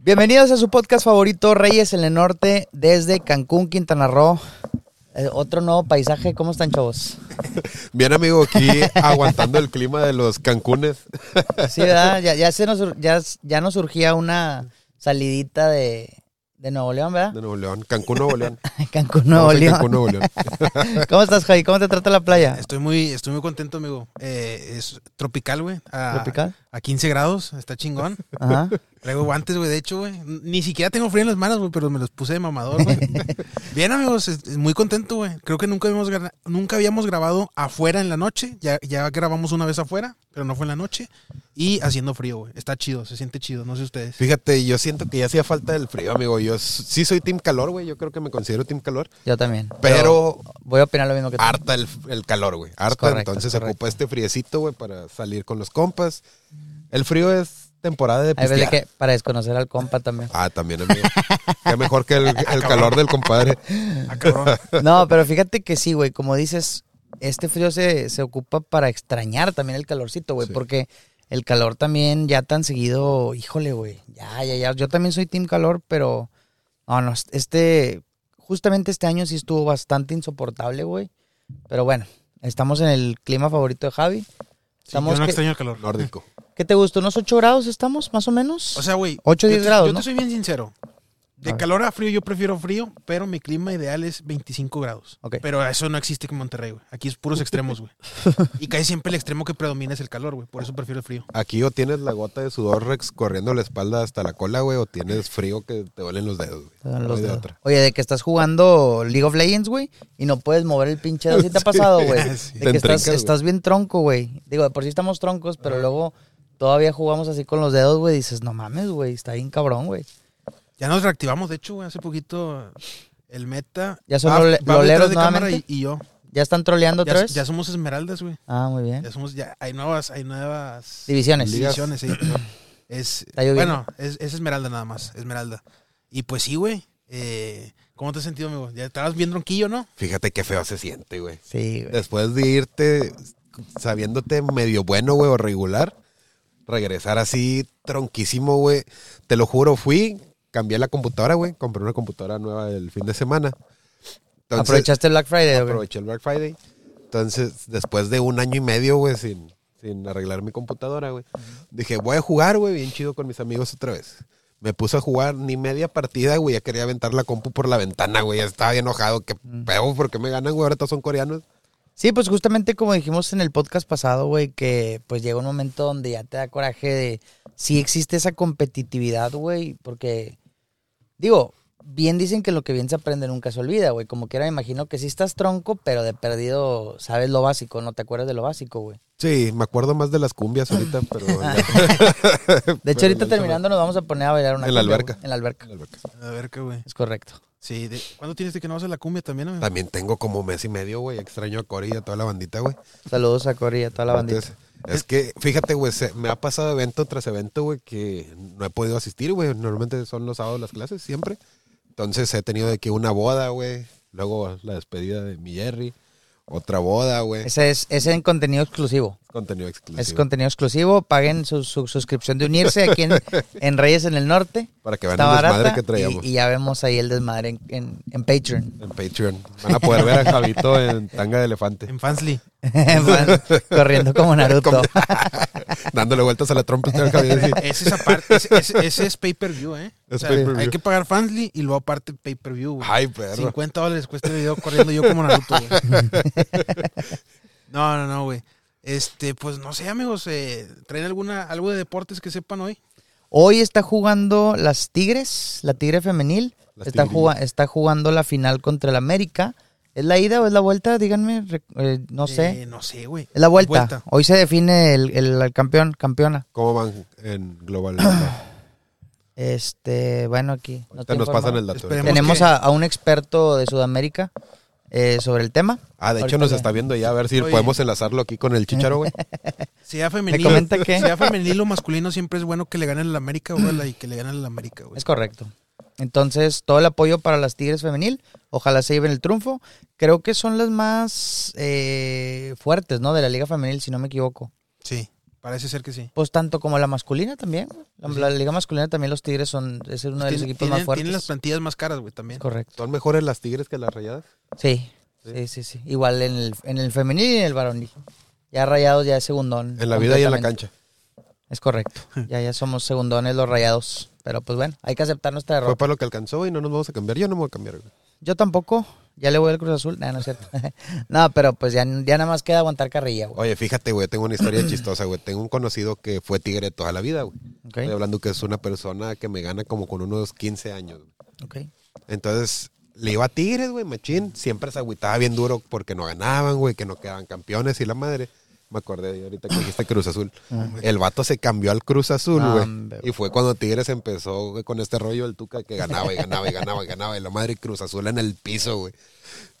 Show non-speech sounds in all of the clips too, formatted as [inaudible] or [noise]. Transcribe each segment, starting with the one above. Bienvenidos a su podcast favorito, Reyes en el Norte, desde Cancún, Quintana Roo. Eh, otro nuevo paisaje. ¿Cómo están, chavos? Bien, amigo, aquí [laughs] aguantando el clima de los Cancunes. Sí, ¿verdad? Ya, ya se nos, ya, ya nos surgía una salidita de, de Nuevo León, ¿verdad? De Nuevo León, Cancún, Nuevo León. Cancún, [laughs] Nuevo Estamos en León. Cancún, Nuevo León. ¿Cómo estás, Jai? ¿Cómo te trata la playa? Estoy muy, estoy muy contento, amigo. Eh, es tropical, güey. A, ¿Tropical? A 15 grados, está chingón. Ajá. Traigo guantes, güey, de hecho, güey. Ni siquiera tengo frío en las manos, güey, pero me los puse de mamador, [laughs] güey. Bien, amigos, es- es muy contento, güey. Creo que nunca habíamos, gra- nunca habíamos grabado afuera en la noche. Ya, ya grabamos una vez afuera, pero no fue en la noche. Y haciendo frío, güey. Está chido, se siente chido, no sé ustedes. Fíjate, yo siento que ya hacía falta el frío, amigo. Yo s- sí soy team calor, güey. Yo creo que me considero team calor. Yo también. Pero voy a opinar lo mismo que tú. harta el, el calor, güey. Harta, correcto, entonces es se correcto. ocupa este friecito, güey, para salir con los compas. El frío es temporada de Hay veces pistear. que para desconocer al compa también. Ah, también, amigo. Qué mejor [laughs] que el, el calor del compadre. Ah, cabrón. No, pero fíjate que sí, güey. Como dices, este frío se, se ocupa para extrañar también el calorcito, güey. Sí. Porque el calor también ya tan seguido, híjole, güey. Ya, ya, ya. Yo también soy team calor, pero... No, no, este... Justamente este año sí estuvo bastante insoportable, güey. Pero bueno, estamos en el clima favorito de Javi. Sí, yo no Estamos que- extraño el calor. Nórdico. ¿Qué te gustó? ¿Unos 8 grados estamos, más o menos? O sea, güey. Ocho, yo diez te- grados, Yo ¿no? te soy bien sincero. A De ver. calor a frío yo prefiero frío, pero mi clima ideal es 25 grados. Ok. Pero eso no existe en Monterrey, güey. Aquí es [laughs] puros extremos, güey. y casi siempre el extremo que predomina es el calor, güey. Por eso prefiero el frío. Aquí o tienes la gota de sudor rex corriendo la espalda hasta la cola, güey, o tienes frío que te duelen los dedos, güey. Te dan No los hay de dedos. otra. Oye, de que estás jugando League of Legends, güey, y no puedes mover el pinche [laughs] dedo. ¿Sí te ha pasado, güey? Sí. De que Te estás, entrincas, güey. estás bien tronco, güey. Digo, de por sí estamos troncos, pero luego todavía jugamos así con los dedos, güey. Dices, no mames, güey, está bien cabrón, güey. Ya nos reactivamos, de hecho, güey. Hace poquito eh, el meta. Ya son va- lole- va detrás loleros de cámara y, nuevamente. y yo. ¿Ya están troleando otra Ya, vez? ya somos esmeraldas, güey. Ah, muy bien. Ya somos, ya hay nuevas, hay nuevas. Divisiones. Liga. Divisiones, sí. [clears throat] Es, Está lloviendo. bueno, es, es Esmeralda nada más, Esmeralda. Y pues sí, güey. eh, ¿Cómo te has sentido, amigo? Ya estabas bien tronquillo, ¿no? Fíjate qué feo se siente, güey. Sí, güey. Después de irte sabiéndote medio bueno, güey, o regular, regresar así tronquísimo, güey. Te lo juro, fui, cambié la computadora, güey. Compré una computadora nueva el fin de semana. Entonces, ¿Aprovechaste el Black Friday, güey? aproveché el Black Friday. Entonces, después de un año y medio, güey, sin, sin arreglar mi computadora, güey, dije, voy a jugar, güey, bien chido con mis amigos otra vez. Me puse a jugar ni media partida, güey, ya quería aventar la compu por la ventana, güey, ya estaba bien enojado, qué pedo, ¿por qué me ganan, güey? Ahora todos son coreanos. Sí, pues justamente como dijimos en el podcast pasado, güey, que pues llega un momento donde ya te da coraje de si existe esa competitividad, güey, porque digo, bien dicen que lo que bien se aprende nunca se olvida, güey, como quiera me imagino que sí estás tronco, pero de perdido sabes lo básico, no te acuerdas de lo básico, güey. Sí, me acuerdo más de las cumbias ahorita, pero... De hecho, ahorita Pero- terminando nos vamos a poner a bailar una En la cumbia, alberca. güey, En la alberca. A ver qué, güey. Es correcto. Sí, de, ¿cuándo tienes de que no vas a la cumbia también, amigo? También tengo como mes y medio, güey, extraño a Cory y a toda la bandita, güey. Saludos a Cori y a toda la bandita. Entonces, es que, fíjate, güey, se- me ha pasado evento tras evento, güey, que no he podido asistir, güey. Normalmente son los sábados las clases, siempre. Entonces he tenido de que una boda, güey. Luego la despedida de mi Jerry. Otra boda, güey. Es Ese es, ese es en contenido exclusivo. contenido Es exclusivo. contenido exclusivo. Paguen su, su suscripción de unirse [laughs] aquí en, en Reyes en el Norte. Para que vean Está el desmadre barata que traíamos. Y, y ya vemos ahí el desmadre en, en- en Patreon. [laughs] En Patreon. Van a poder ver a Javito en tanga de elefante. [laughs] En Fansly. Van corriendo como Naruto. Dándole vueltas a la trompa. este Javier, así. [laughs] Es esa parte, ese, ese- ese es pay-per-view, ¿eh? Es pay-per-view. Hay que pagar Fansly y luego aparte pay-per-view, güey. Ay, perro. 50 dólares cuesta el video corriendo yo como Naruto, [laughs] güey. No, no, no, güey. Este, pues no sé, amigos, eh, ¿traen alguna, algo de deportes que sepan hoy? Hoy está jugando las Tigres, la Tigre femenil. Las Está, Tigrillas. juga- está jugando la final contra el América. ¿Es la ida o es la vuelta? Díganme, re- eh, no sé. Eh, no sé, güey. Es la vuelta. Hoy se define el, el- el campeón, campeona. ¿Cómo van en global? Este, bueno, aquí. no Ahorita estoy nos pasan informado. el dato. Esperemos. Tenemos que- a, a un experto de Sudamérica eh, sobre el tema. Ah, de Ahorita hecho nos le- está viendo ya a ver si Oye. podemos enlazarlo aquí con el [laughs] chicharo, güey. Sea Me femenil, comenta que sea femenil o masculino, siempre es bueno que le ganen la América, güey, y que le ganen la América, güey. es correcto. Entonces, todo el apoyo para las Tigres femenil. Ojalá se lleven el triunfo. Creo que son las más eh, fuertes, ¿no? De la Liga Femenil, si no me equivoco. Sí. Parece ser que sí. Pues tanto como la masculina también. güey. La, Sí. la liga masculina también los Tigres son es uno Pues de los Tienen, equipos más tienen- fuertes. tienen las plantillas más caras, güey, también. Correcto. ¿Son mejores las Tigres que las Rayadas? Sí, Sí. sí, sí, sí. Igual en el, en el femenil y en el varonil. Ya rayados, ya es segundón. En la vida y en la completamente. cancha. Es [laughs] correcto. Ya, ya somos segundones los rayados. Pero pues bueno, hay que aceptar nuestra Fue derrota. para lo que alcanzó y no nos vamos a cambiar. Yo no me voy a cambiar. güey. Yo tampoco. Ya le voy al Cruz Azul. Nah, no es cierto. [laughs] no, pero pues ya, ya nada más queda aguantar carrilla, güey. Oye, fíjate, güey, tengo [coughs] una historia chistosa, güey. Tengo un conocido que fue tigre toda la vida, güey. Ok, Estoy hablando que es una persona que me gana como con unos 15 años. güey. ok. Entonces, le iba a Tigres, güey, machín. Siempre se agüitaba bien duro porque no ganaban, güey, que no quedaban campeones y la madre. Me acordé de ahorita que dijiste Cruz Azul. El vato se cambió al Cruz Azul, No, güey. hombre, y fue cuando Tigres empezó güey, con este rollo del Tuca que ganaba y ganaba y ganaba y ganaba. Y la madre Cruz Azul en el piso, güey.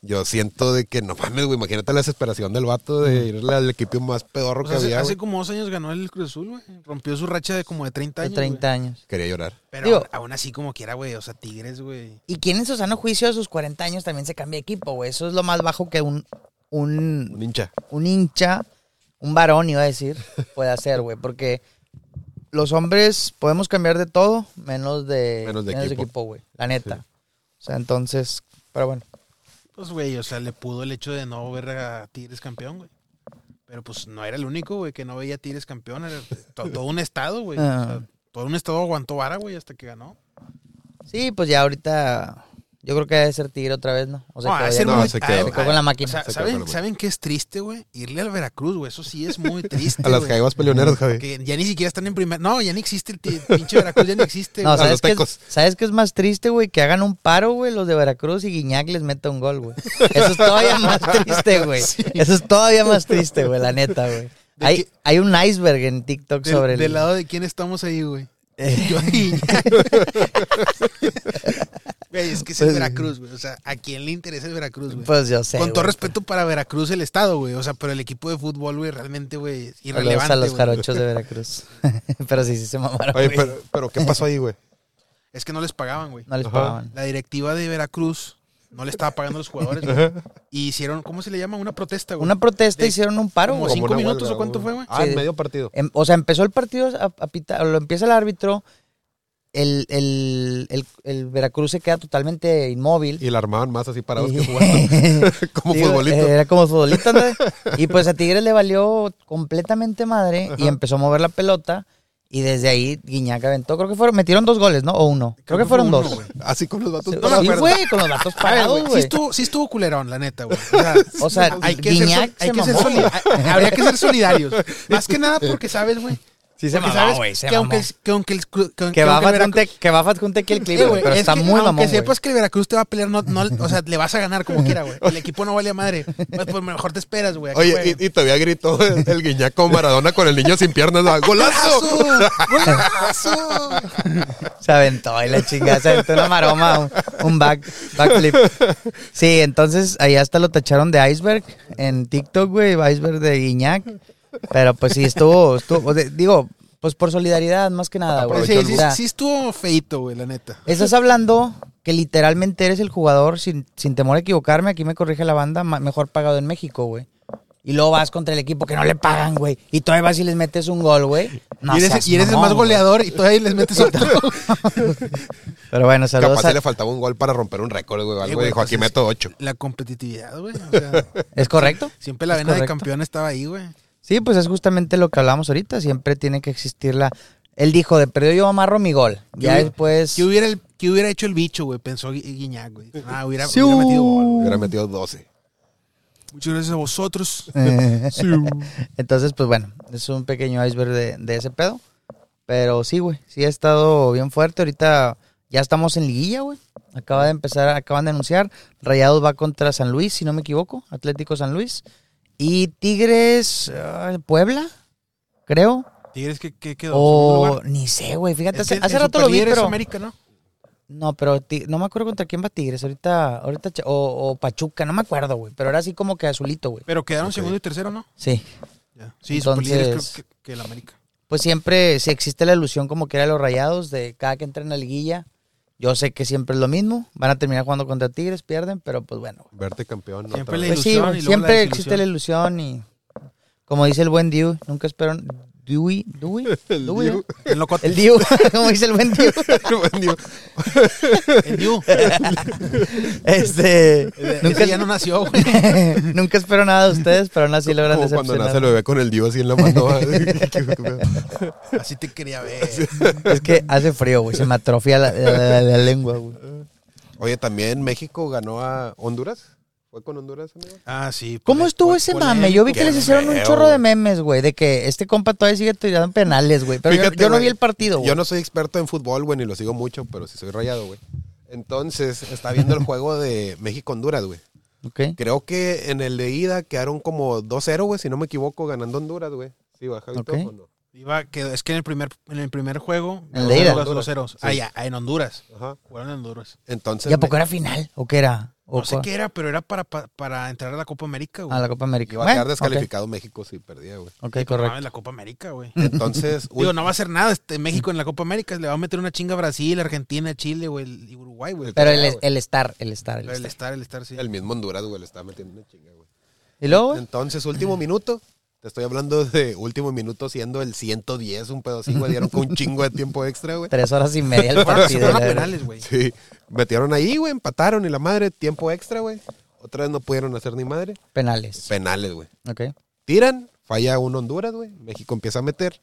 Yo siento de que no mames, güey. Imagínate la desesperación del vato de irle al equipo más pedorro O sea, que hace, había. hace güey. como dos años ganó el Cruz Azul, güey. Rompió su racha de como de 30 De años. 30 güey. años. Quería llorar. Pero Digo- aún- aún así, como quiera, güey. O sea, Tigres, güey. Y quien en su sano juicio a sus 40 años también se cambia de equipo, güey. Eso es lo más bajo que un, un, Un hincha. un hincha, un varón, iba a decir, [laughs] puede hacer, güey. Porque los hombres podemos cambiar de todo menos de, Menos de equipo. güey. La neta. O sea, entonces, pero bueno. Pues, güey, o sea, le pudo el hecho de no ver a Tigres campeón, güey. Pero pues no era el único, güey, que no veía a Tigres campeón. Era to- todo un estado, güey. O sea, Ah. todo un estado aguantó vara, güey, hasta que ganó. Sí, pues ya ahorita yo creo que debe ser tigre otra vez, ¿no? O sea, No, ha de ser no, muy- se ha- quedó. se quedó con la máquina. Ah, o sea, Se quedó con la ¿saben, máquina. ¿Saben qué es triste, güey? Irle al Veracruz, güey. Eso sí [laughs] es muy triste. A las güey. caibas peleoneras, Javi. Que ya ni siquiera están en primer. No, ya ni existe el ti- pinche Veracruz, ya ni existe. no, a güey. ¿sabes los qué, tecos. es, ¿sabes qué es más triste, güey? Que hagan un paro, güey, los de Veracruz y Guiñac les meta un gol, güey. Eso es todavía [laughs] más triste, güey. Eso es todavía más triste, güey, la neta, güey. ¿De Hay, qué? hay un iceberg en TikTok Del- sobre el... Del lado de quién estamos ahí, güey. [laughs] Yo- Güey, es que es el Veracruz, güey. O sea, ¿a quién le interesa el Veracruz, güey? Pues yo sé. Con todo güey. respeto para Veracruz, el estado, güey. O sea, pero el equipo de fútbol, güey, realmente, güey, es Saludos irrelevante. a los güey. pues, jarochos de Veracruz. [laughs] pero sí, sí se mamaron. Oye, güey. pero, pero ¿qué pasó ahí, güey? Es que no les pagaban, güey. No les Ajá. pagaban. La directiva de Veracruz no le estaba pagando a los [laughs] jugadores, güey. Y hicieron, ¿cómo se le llama? Una protesta, güey. Una protesta, De- hicieron un paro, como güey. cinco una minutos, huelga, ¿o cuánto fue, güey? Ah, Sí. en medio partido. Em- O sea, empezó el partido a, a pita- lo empieza el árbitro. El, el, el, el Veracruz se queda totalmente inmóvil. Y la armaban más así parados [laughs] que jugando. Como Digo, eh, futbolito. Era como futbolista, Andrés. Y pues a Tigres le valió completamente madre y empezó a mover la pelota. Y desde ahí Guiñac aventó. Creo que fueron, metieron dos goles, ¿no? O uno. Creo, que, fue fueron uno, dos. güey. Así con los datos. Sí, No me acuerdo. güey, con los [laughs] datos parados, Sí güey. estuvo, sí estuvo culerón, la neta, güey. O sea, [laughs] O sea, hay que ser Guiñac sol- hay se que ser mamó, soli- hay- habría que ser solidarios. Más que nada [laughs] porque sabes, güey. Sí se porque mamó, sabes güey, se que, aunque, mamó. el- que aunque el cru- que, Que que va, a aunque Fat Veracruz- Hunter- que va a Fat Hunter aquí el clip, Sí, güey, güey, pero es está que muy aunque mamón, güey. sepas que el Veracruz te va a pelear, no, no, o sea, le vas a ganar como quiera, güey. [laughs] El equipo no vale a madre. Pues, pues mejor te esperas, güey. a que Oye, jueguen. y, y todavía gritó el, el guiñaco Maradona con el niño sin [laughs] piernas. ¿no? ¡Golazo! ¡Golazo! Se aventó y la chingada, se aventó una maroma, un, un back, backflip. Sí, entonces ahí hasta lo tacharon de iceberg en TikTok, güey, iceberg de Guiñac. Pero pues sí, estuvo, estuvo o de- digo, pues por solidaridad más que nada, güey. Aprovechó Sí, el O sí, sea, sí estuvo feito, güey, la neta. Estás hablando que literalmente eres el jugador, sin, sin temor a equivocarme, aquí me corrige la banda, ma- mejor pagado en México, güey. Y luego vas contra el equipo que no le pagan, güey. Y todavía vas y les metes un gol, güey. No y eres, seas y eres el mamón, más güey. goleador y todavía les metes otro. [laughs] [laughs] Pero bueno, saludos. Capaz a- se le faltaba un gol para romper un récord, güey. Eh, Algo güey, dijo, pues aquí es- meto ocho. La competitividad, güey. O sea, ¿Es correcto? siempre la Es vena de correcto. campeón estaba ahí, güey. Sí, pues es justamente lo que hablamos ahorita. Siempre tiene que existir la. Él dijo, de perdió yo amarro mi gol. Ya hubiera- después. [laughs] ¿Qué hubiera, el- qué hubiera hecho el bicho, güey? Pensó Gui- Guiñac, [laughs] güey. Ah, hubiera, Sí, hubiera metido uh. gol. Hubiera metido 12. Muchas gracias a vosotros. Entonces, pues bueno, es un pequeño iceberg de, de ese pedo. Pero sí, güey, sí ha estado bien fuerte. Ahorita ya estamos en liguilla, güey. Acaba de empezar, acaban de anunciar. Rayados va contra San Luis, si no me equivoco. Atlético San Luis. Y Tigres, ah, Puebla, creo. ¿Tigres qué, qué quedó? ¿Segundo O lugar? ni sé, güey. Oh, Fíjate, Es que hace, el- hace el rato lo vi, superlíder es pero... América, ¿no? No, pero ti- no me acuerdo contra quién va Tigres. Ahorita, ahorita Cha- o, o Pachuca, no me acuerdo, güey. Pero era así como que azulito, güey. Pero quedaron segundo y tercero, ¿no? Sí. Ya. Sí, Entonces- superlíderes creo que, que el [laughs] América. Pues siempre, si existe la ilusión como que era de los rayados, de cada que entra en la liguilla, yo sé que siempre es lo mismo. Van a terminar jugando contra Tigres, pierden, pero pues bueno. güey. Verte campeón. Siempre otra le- vez. Pues sí, ilusión güey, y luego la siempre existe desilusión. la ilusión y... Como dice el buen Dewey, nunca espero. Dewey, Dewey, El Dewey, ¿no? Dewey. [laughs] [laughs] El locote. El Dewey, [laughs] como dice el buen Dewey. Digo, El [laughs] Diu. Este, Nunca nunca, ya no nació, güey. [laughs] nunca espero nada de ustedes, pero aún así logran como cuando decepcionar. nace el bebé con el dios así en la [laughs] mano. [laughs] va. Así te quería [laughs] ver. Es que hace frío, güey. Se me atrofia la, la- la- la lengua, güey. Oye, también México ganó a Honduras. ¿Fue con Honduras, amigo? Ah, sí. ¿Cómo pole- estuvo pole- ese polémico. mame? Yo vi que les hicieron un feo, chorro de güey. memes, güey, de que este compa todavía sigue tirando penales, güey. Pero yo- Fíjate, yo, no güey, vi el partido, güey. Yo no soy experto en fútbol, güey, ni lo sigo mucho, pero sí soy rayado, güey. Entonces, está [laughs] viendo el juego de México-Honduras, güey. Ok. Creo que en el de ida quedaron como 2-0, güey, si no me equivoco, ganando Honduras, güey. Sí, baja Ok. o no. Iba, quedó- es que en el primer, en el primer juego. En la ida. Honduras, los ceros. Ah, ya, en Honduras. Ajá. Jugaron en Honduras. Entonces, ¿Y a me- poco era final? ¿O qué era? ¿O No sé cua- qué era, pero era para, pa- para entrar a la Copa América, güey. A la Copa América. iba a quedar Bueno, ok. descalificado México si perdía, güey. Ok, No correcto. mames, la Copa América, güey. Mm, Entonces, [laughs] Digo, ul- no va a hacer nada este México en la Copa América. Le va a meter una chinga a Brasil, Argentina, Chile, güey, y Uruguay, güey. Pero Ya, el, güey. el estar, el estar, el Pero el estar. estar, el estar, sí. el mismo Honduras, güey, le estaba metiendo una chinga, güey. ¿Y luego, güey? Entonces, [laughs] último minuto. Te estoy hablando de último minuto siendo el 110, un pedo así, güey. Dieron con un chingo de tiempo extra, güey. Tres horas y media [laughs] el Fueron partido. fueron a la verdad. penales, güey. Sí, metieron ahí, güey, empataron y la madre, tiempo extra, güey. Otra vez no pudieron hacer ni madre. Penales. Penales, güey. Ok. Tiran, falla un Honduras, güey. México empieza a meter.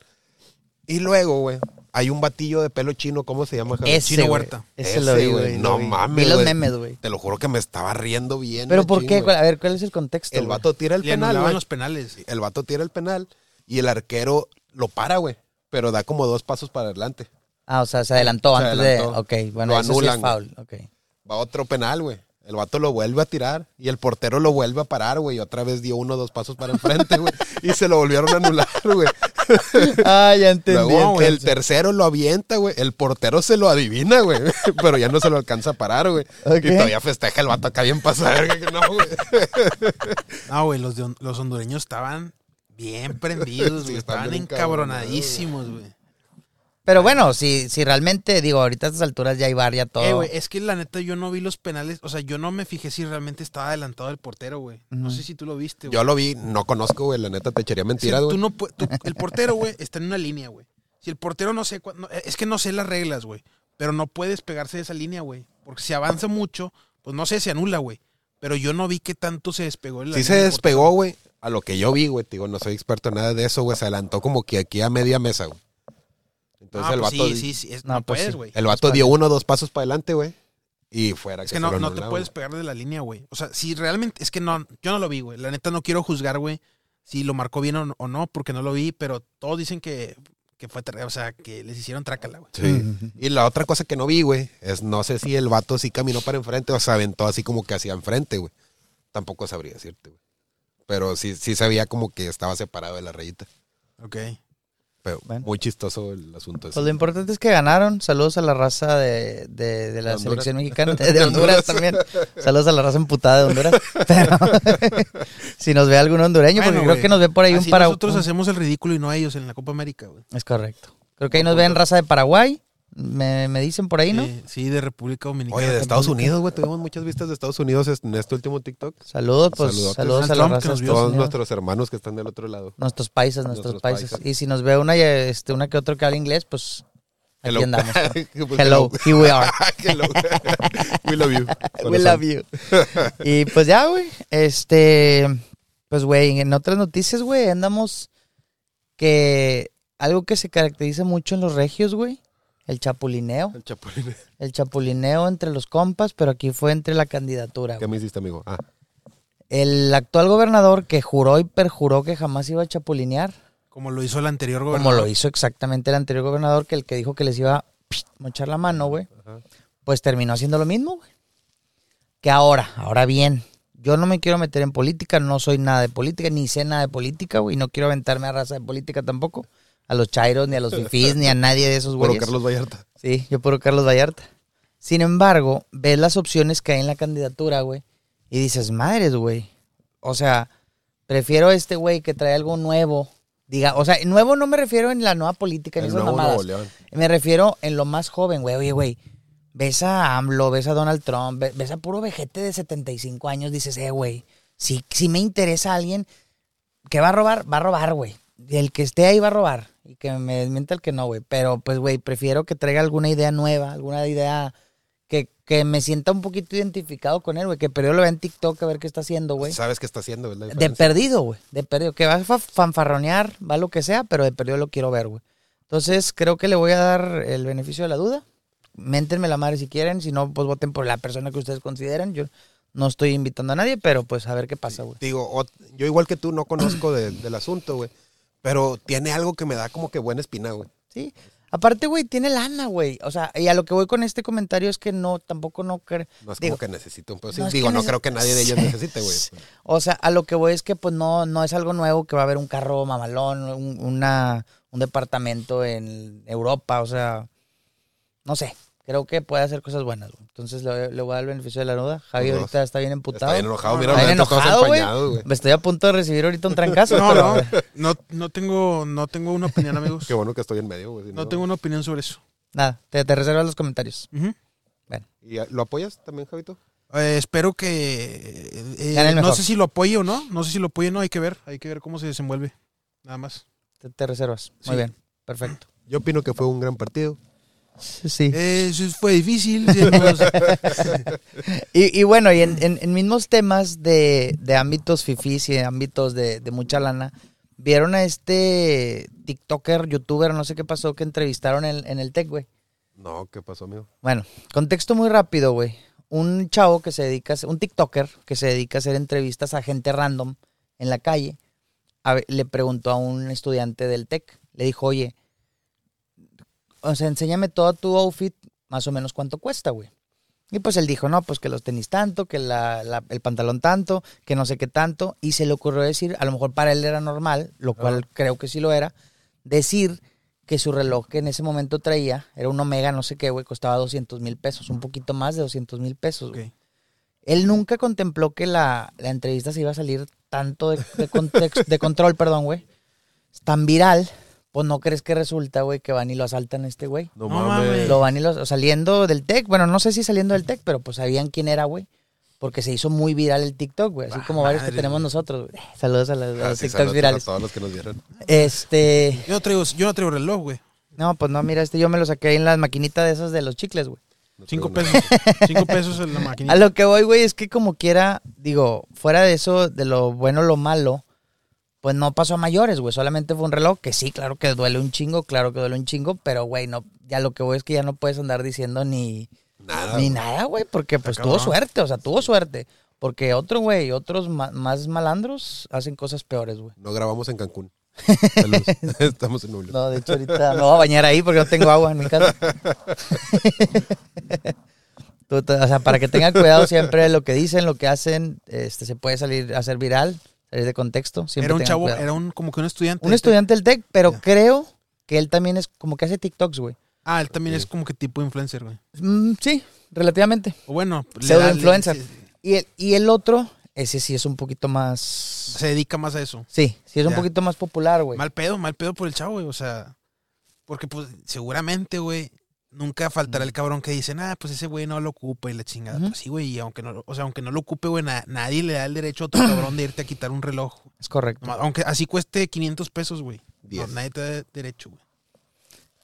Y luego, güey, hay un batillo de pelo chino, ¿cómo se llama? Javier? Ese, Chino güey. Huerta. Ese lo vi, güey. lo No vi. mames, Vi los güey. memes, güey. Te lo juro que me estaba riendo bien. ¿Pero por machín, qué? güey. ¿Cuál- A ver, ¿cuál es el contexto? El güey? vato tira el Le penal, anulaban güey. los penales. El vato tira el penal y el arquero lo para, güey. Pero da como dos pasos para adelante. Ah, o sea, se adelantó Se antes adelantó. de. Ok, bueno, Lo eso sí anulan, es güey. foul. [laughs] ok. Va otro penal, güey. El vato lo vuelve a tirar y el portero lo vuelve a parar, güey. Y otra vez dio uno o dos pasos para enfrente, güey. Y se lo volvieron a anular, [laughs] güey. Ah, ya entendí. Luego, entonces. el tercero lo avienta, güey. El portero se lo adivina, güey. [laughs] Pero ya no se lo alcanza a parar, güey. Ok. Y todavía festeja el vato acá bien pasado. güey, que No, [laughs] güey. No, güey, los, de hon- los hondureños estaban bien prendidos, Sí, estaban güey. estaban bien encabronadísimos, güey. Pero bueno, si, si realmente, digo, ahorita a estas alturas ya hay bar, ya todo. Eh, güey, es que la neta yo no vi los penales. O sea, yo no me fijé si realmente estaba adelantado el portero, güey. No Ujú. sé si tú lo viste, güey. Yo lo vi, no conozco, güey. La neta, te echaría Si mentiras, tú güey. no pu- tú- el portero, güey, está en una línea, güey. Si el portero no sé, cuán- no- es que no sé las reglas, güey. Pero no puede despegarse de esa línea, güey. Porque si avanza mucho, pues no sé, se anula, güey. Pero yo no vi que tanto se despegó. de la Sí se línea del portero. despegó, güey. A lo que yo vi, güey. Te Digo, no soy experto en nada de eso, güey. Se adelantó como que aquí a media mesa, güey. Entonces Ah, el pues vato sí, sí, sí, es- No, no, pues puedes, sí. güey. El vato dio uno o dos pasos para adelante, güey. Y fuera. Es que se no, lo no te anularon, puedes güey. pegar de la línea, güey. O sea, si realmente. Es que no, yo no lo vi, güey. La neta no quiero juzgar, güey, si lo marcó bien o no- o no, porque no lo vi, pero todos dicen que, que fue. tra- O sea, que les hicieron trácala, güey. Sí. Y la otra cosa que no vi, güey, es no sé si el vato sí caminó para enfrente o se aventó así como que hacia enfrente, güey. Tampoco sabría decirte, güey. Pero sí, sí sabía como que estaba separado de la rayita. Ok. Pero Bueno. muy chistoso el asunto. ese. Pues lo importante es que ganaron. Saludos a la raza de, de- de la De Honduras. selección [laughs] mexicana, de Honduras también. Saludos a la raza emputada de Honduras. Pero [laughs] si nos ve algún hondureño, Bueno, porque creo güey. que nos ve por ahí Así un para nosotros un- hacemos el ridículo y no ellos en la Copa América, güey. Es correcto. Creo que ahí nos ven raza de Paraguay. Me, me dicen por ahí, ¿no? pues, Sí, Eh, sí, de República Dominicana. Oye, de Estados República- Unidos, güey. Tuvimos muchas vistas de Estados Unidos en este último TikTok. Saludos, pues Saludotes. saludos a Donald la Trump, raza que de nos vio. Estados Todos Unidos. nuestros hermanos que están del otro lado. Nuestros paisas, nuestros, Nuestros paisas. paisas. Y si nos ve una, ya, este, una que otro que habla inglés, pues aquí Hello. andamos. [laughs] Pues, Ah, Hello, here we are. Hello. [laughs] We love you. We love you. y pues ya, güey. Este, pues, güey, en otras noticias, güey, andamos que algo que se caracteriza mucho en los regios, güey, el chapulineo. El chapulín. El chapulineo entre los compas, pero aquí fue entre la candidatura. ¿Qué güey. me hiciste, amigo? Ah, El actual gobernador que juró y perjuró que jamás iba a chapulinear, Como lo hizo el anterior como gobernador. lo hizo exactamente el anterior gobernador, que el que dijo que les iba a psh, mochar la mano, güey. ajá. pues terminó haciendo lo mismo, güey. Que ahora, ahora bien, yo no me quiero meter en política, no soy nada de política, ni sé nada de política, güey, no quiero aventarme a raza de política tampoco, a los chairos, ni a los fifís, ni a nadie de esos Puro güeyes. Carlos Vallarta. Sí, yo puro Carlos Vallarta. Sin embargo, ves las opciones que hay en la candidatura, güey, y dices, madres, güey. O sea, prefiero a este güey que trae algo nuevo. Diga, o sea, nuevo no me refiero en la nueva política, en El esas nuevo mamadas. Nuevo León. Me refiero en lo más joven, güey. Oye, güey, ves a AMLO, ves a Donald Trump, ve- ves a puro vejete de 75 años, dices, eh, güey, si, si me interesa alguien que va a robar, va a robar, güey. Y El que esté ahí va a robar. Y que me desmienta el que no, güey. Pero pues, güey, prefiero que traiga alguna idea nueva, alguna idea que, que me sienta un poquito identificado con él, güey. Que pero yo lo vea en TikTok a ver qué está haciendo, güey. Sabes qué está haciendo, ¿verdad? De perdido, güey. De perdido. Que va a fa- fanfarronear, va lo que sea, pero de perdido lo quiero ver, güey. Entonces, creo que le voy a dar el beneficio de la duda. Méntenme la madre si quieren. Si no, pues voten por la persona que ustedes consideran. Yo no estoy invitando a nadie, pero pues a ver qué pasa, güey. Digo, ot- yo igual que tú no conozco de- del asunto, güey. Pero tiene algo que me da como que buena espina, güey. Sí. Aparte, güey, tiene lana, güey. O sea, y a lo que voy con este comentario es que no, tampoco no... cre- No es digo, como que necesite un pedo. no es Digo, que no neces- creo que nadie de [laughs] ellos Sí. necesite, güey. O sea, a lo que voy es que pues no, no es algo nuevo que va a haber un carro mamalón, un, una, un departamento en Europa, o sea, no sé. Creo que puede hacer cosas buenas, güey. Entonces le, le voy a dar el beneficio de la duda. Javi Los dos. ahorita está bien emputado. Está bien enojado, No, mira, no, ahorita bien todos enojado, güey. empañados, güey. Me estoy a punto de recibir ahorita un [laughs] trancazo. No, pero- no, no, no tengo, no tengo una [laughs] opinión, amigos. Qué bueno que estoy en medio, güey. si No tengo una opinión sobre eso. Nada, te, te reservas los comentarios. Ujú. ¿Y a- lo apoyas también, Javito? Eh, espero que. eh, Gane el no mejor. sé si lo apoye o no. No sé si lo apoye o no. Hay que ver. Hay que ver cómo se desenvuelve. Nada más. Te, te reservas. Muy Sí. bien, perfecto. Yo opino que fue un gran partido. Sí. Eh, sí, fue difícil. [laughs] sí, amigos. Y, y bueno, y en, en- en mismos temas de, de ámbitos fifís y de ámbitos de, de mucha lana, vieron a este TikToker, youtuber, no sé qué pasó, que entrevistaron en, en el tech, güey. No, ¿qué pasó, amigo? Bueno, contexto muy rápido, güey. Un chavo que se dedica, a, hacer- un TikToker que se dedica a hacer entrevistas a gente random en la calle, a ver, le preguntó a un estudiante del TEC, le dijo, oye, o sea, enséñame todo tu outfit, más o menos cuánto cuesta, güey. Y pues él dijo, no, pues que los tenis tanto, que la- la- el pantalón tanto, que no sé qué tanto. Y se le ocurrió decir, a lo mejor para él era normal, lo cual creo que sí lo era, decir que su reloj que en ese momento traía era un Omega, no sé qué, güey, costaba 200 mil pesos, un poquito más de 200 mil pesos. Ok. güey. Él nunca contempló que la, la entrevista se iba a salir tanto de, de context- de control, perdón, güey. Tan viral, pues no crees que resulta, güey, que van y lo asaltan a este güey. No, No mames. Lo van y lo- saliendo del tech, bueno, no sé si saliendo del tech, pero pues sabían quién era, güey. Porque se hizo muy viral el TikTok, güey. Así Ah, como varios que madre, tenemos güey. nosotros, güey. Saludos a los, a los Así TikToks virales. Ah, A todos los que nos vieron. Este. Yo no traigo, yo no traigo reloj, güey. No, pues no, mira, este yo me lo saqué ahí en las maquinitas de esas de los chicles, güey. No Cinco tengo nada. pesos. Cinco pesos [laughs] en la máquina. A lo que voy, güey, es que como quiera, digo, fuera de eso, de lo bueno, lo malo, pues no pasó a mayores, güey. Solamente fue un reloj que sí, claro que duele un chingo, claro que duele un chingo, pero, güey, no, ya lo que voy es que ya no puedes andar diciendo ni, Nada. ni güey. nada, güey, porque pues cabrón. tuvo suerte, o sea, tuvo suerte. Porque otro, güey, otros ma- más malandros hacen cosas peores, güey. No grabamos en [laughs] Cancún. Saludos. [laughs] Estamos en Nulo. No, de hecho ahorita me voy a bañar ahí porque no tengo agua en mi casa. [laughs] Tú te- o sea, para que tengan cuidado siempre de lo que dicen, lo que hacen, este se puede salir a ser viral, salir de contexto. Siempre Era un tengan chavo, cuidado. era un como que un estudiante. un estudiante del TEC, pero Ya. creo que él también es como que hace TikToks, güey. Ah, él también Ok. es como que tipo influencer, güey. Mm, sí, relativamente. O bueno, le Pseudo da- le- influencer. se, Y el, y el otro, ese sí es un poquito más... se dedica más a eso. Sí, sí es un Ya. poquito más popular, güey. Mal pedo, mal pedo por el chavo, güey. O sea, porque pues seguramente, güey, nunca faltará el cabrón que dice, ah, pues ese güey no lo ocupa y la chingada. Ujú. Pues sí, güey, y aunque no, lo- o sea, aunque no lo ocupe, güey, na- nadie le da el [clears throat] derecho a otro cabrón de irte a quitar un reloj. Es correcto. Nomás- Aunque así cueste 500 pesos, güey. No, Diez. nadie te da derecho, güey.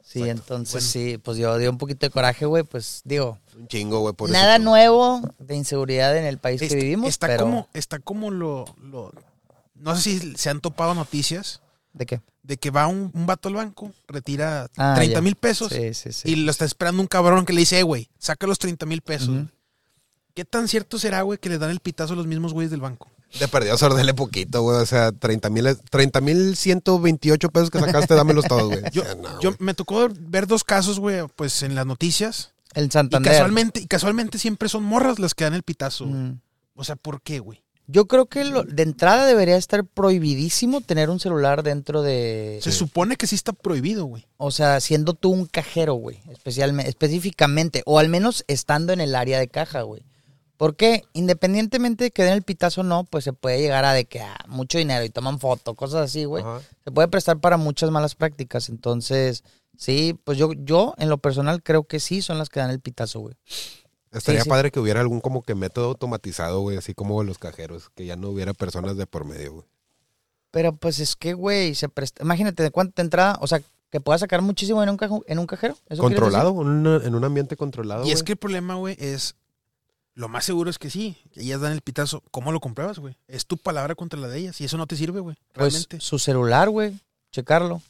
Sí, Exacto. entonces Bueno. sí, pues yo dio un poquito de coraje, güey, pues digo... Un chingo, güey. por Nada eso. nuevo de inseguridad en el país Está- que vivimos, Este, está pero como, está como lo, lo- no sé si se han topado noticias ¿de qué? de que va un, un vato al banco, retira Ah, 30 ya. mil pesos Sí, sí, sí. y lo está esperando un cabrón que le dice, "Eh, güey, saca los 30 mil pesos. Ujú. ¿Qué tan cierto será, güey, que le dan el pitazo a los mismos güeyes del banco? [laughs] Te perdió sordele poquito, güey. O sea, 30 mil 30, 128 pesos que sacaste, dámelos todos, güey. Yo, O Ah, sea, no, yo güey. me tocó ver dos casos, güey, pues en las noticias. El Y Santander. casualmente, y casualmente siempre son morras las que dan el pitazo. güey. Mm. O sea, ¿por qué, güey? Yo creo que lo- de entrada debería estar prohibidísimo tener un celular dentro de... Se supone que sí está prohibido, güey. O sea, siendo tú un cajero, güey, especialme- específicamente, o al menos estando en el área de caja, güey. Porque independientemente de que den el pitazo o no, pues se puede llegar a de que ah, mucho dinero y toman foto, cosas así, güey. Ajá. se puede prestar para muchas malas prácticas. Entonces, sí, pues yo, yo en lo personal creo que sí son las que dan el pitazo, güey. Estaría sí. padre que hubiera algún como que método automatizado, güey, así como los cajeros, que ya no hubiera personas de por medio, güey. Pero pues es que, güey, se presta. Imagínate de cuánta entrada, o sea, que puedas sacar muchísimo en un, caju- en un cajero. ¿Eso quieres Controlado, un- en un ambiente Ah, controlado. Y es güey. que el problema, güey, es. Lo más seguro es que sí, que ellas dan el pitazo. ¿Cómo lo compruebas, güey? Es tu palabra contra la de ellas y eso no te sirve, güey. decir? Realmente. Pues su celular, güey, checarlo.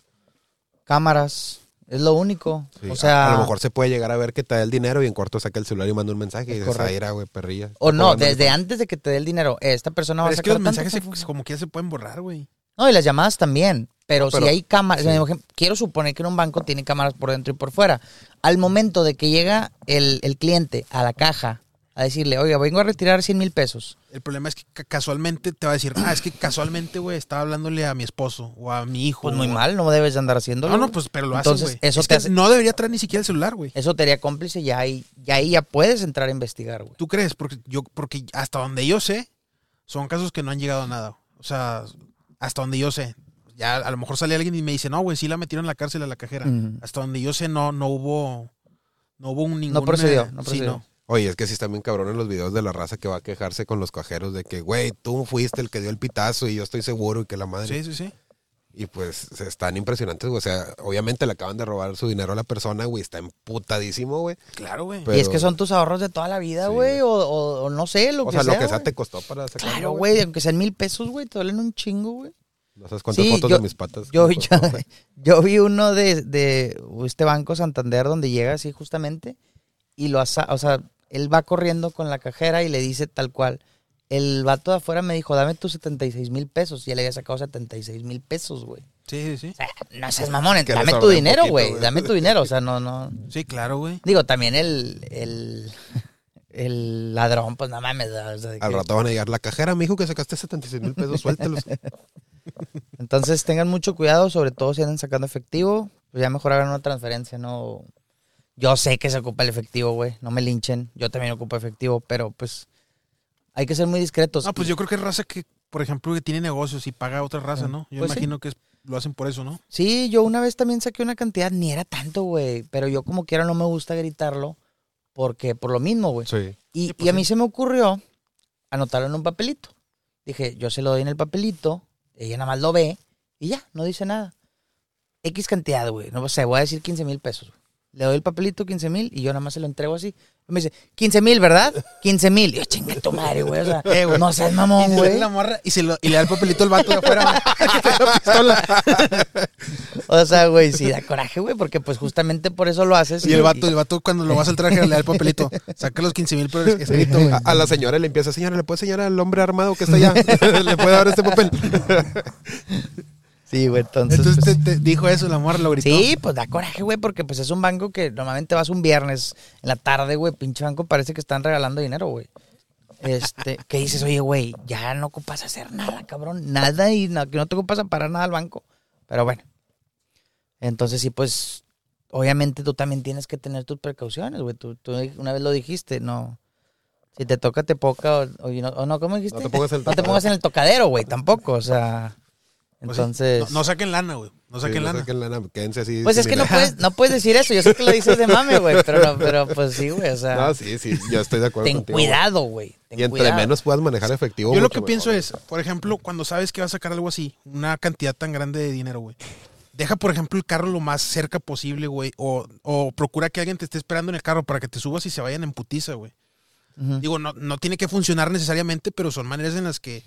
Cámaras, es lo único. Sí, o a- sea, a, lo mejor se puede llegar a ver que te da el dinero y en corto saca el celular y manda un mensaje y Es dices, correcto. "Ah, era, güey, perrilla. o no, Está desde antes de que te dé el dinero, eh, esta persona va Pero a es sacar que los tanto, mensajes pum, se- pum, se- como que ya se pueden borrar, güey. No, y las llamadas también. Pero, Pero- si hay cámaras, sí. me imagino- quiero suponer que en un banco tiene cámaras por dentro y por fuera. Al momento de que llega el, el cliente a la caja a decirle, oiga, vengo a retirar 100 mil pesos. El problema es que ca- casualmente te va a decir, ah, es que casualmente, güey, estaba hablándole a mi esposo o a mi hijo. Pues muy o- mal, no debes de andar haciéndolo. Ah, No, no, pues, pero lo hacen, Entonces, güey. eso Es te que hace- No debería traer ni siquiera el celular, güey. Eso te haría cómplice y ahí ya, ahí ya puedes entrar a investigar, güey. ¿Tú crees? Porque yo, porque hasta donde yo sé, son casos que no han llegado a nada. O sea, hasta donde yo sé. Ya a lo mejor sale alguien y me dice, no, güey, sí la metieron en la cárcel a la cajera. Ujú. Hasta donde yo sé, no, no hubo, no hubo un ningún. procedió, eh, no sí, procedió. Oye, es que sí están bien cabrones los videos de la raza que va a quejarse con los cajeros de que, güey, tú fuiste el que dio el pitazo y yo estoy seguro y que la madre. Sí, sí, sí. Y pues se- están impresionantes, güey. O sea, obviamente le acaban de robar su dinero a la persona, güey. Está emputadísimo, güey. Claro, güey. Pero- y es que son tus ahorros de toda la vida, Sí, güey, güey. o, o- o no sé, lo O que sea, sea. lo que sea güey. te costó para sacarlo. Claro, güey, aunque sean mil pesos, güey, te duelen un chingo, güey. No sabes cuántas Sí, fotos yo- de mis patas. Yo, me costó, yo- [laughs] güey. yo vi uno de, de este Banco Santander donde llega así justamente y lo asa, o sea, él va corriendo con la cajera y le dice tal cual. El vato de afuera me dijo, dame tus 76 mil pesos. Y ya le había sacado 76 mil pesos, güey. Sí, sí, sí. O sea, no seas mamón, Que le dame tu sobró un dinero, poquito, güey. güey. Dame tu dinero. O sea, no, no. Sí, claro, güey. Digo, también el, el, [laughs] el ladrón, pues no mames. o sea, de Al que- rato van a llegar la cajera, me dijo que sacaste 76 mil pesos, [laughs] suéltalos. Entonces tengan mucho cuidado, sobre todo si andan sacando efectivo. Pues ya mejor hagan una transferencia, ¿no? Yo sé que se ocupa el efectivo, güey. No me linchen. Yo también ocupo efectivo, pero pues hay que ser muy discretos. No, pues yo creo que es raza que, por ejemplo, que tiene negocios y paga a otra raza, ¿no? Yo Pues sí. imagino que es- lo hacen por eso, ¿no? Sí, yo una vez también saqué una cantidad, ni era tanto, güey. Pero yo como quiera no me gusta gritarlo porque por lo mismo, güey. Sí. Y, Sí, pues y a sí. mí se me ocurrió anotarlo en un papelito. Dije, yo se lo doy en el papelito, ella nada más lo ve y ya, no dice nada. X cantidad, güey. No sé, voy a decir 15 mil pesos. güey. Le doy el papelito, 15 mil, y yo nada más se lo entrego así. Y me dice, 15 mil, ¿verdad? 15 mil. Y Yo, chinga tu madre, güey. O [laughs] sea, no seas mamón, Eh, Y se güey. ve la morra y, se lo- y le da el papelito al vato de [laughs] afuera. güey. Con la pistola. O sea, güey, sí, da coraje, güey, porque pues justamente por eso lo haces. Y el vato, el vato cuando lo vas al traje le da el papelito. Saca los 15 mil pero [laughs] es escrito, güey. A, a la señora le empieza, señora, ¿le puede señalar al hombre armado que está allá? [laughs] ¿Le puede dar este papel? Sí, güey, entonces. Entonces pues, te, te dijo eso, la morra lo gritó. Sí, pues da coraje, güey, porque pues es un banco que normalmente vas un viernes en la tarde, güey, pinche banco, parece que están regalando dinero, güey. Este, que dices, oye, güey, ya no ocupas hacer nada, cabrón, nada y no, que no te ocupas a parar nada al banco. Pero bueno, entonces sí, pues, obviamente tú también tienes que tener tus precauciones, güey. Tú, tú una vez lo dijiste, no. Si te toca, te poca, o, o no- o no, ¿cómo dijiste? No te pongas en el [laughs] No te pongas en el tocadero, güey, tampoco, o sea. Pues sí. Entonces. No, no saquen lana, güey. No Sí, [laughs] saquen no lana. saquen lana, quédense así. Pues es sin que no dinero. puedes, no puedes decir eso. Yo sé que lo dices de mame, güey. Pero, no, pero pues sí, güey. O sea, [laughs] No, sí, sí, yo estoy de acuerdo ten contigo. güey. cuidado, güey. ten Y entre cuidado. menos puedas manejar efectivo. Yo lo mucho que mejor. pienso es, por ejemplo, cuando sabes que vas a sacar algo así, una cantidad tan grande de dinero, güey. Deja, por ejemplo, el carro lo más cerca posible, güey. O, o procura que alguien te esté esperando en el carro para que te subas y se vayan en putiza, güey. Ujú. Digo, no, no tiene que funcionar necesariamente, pero son maneras en las que,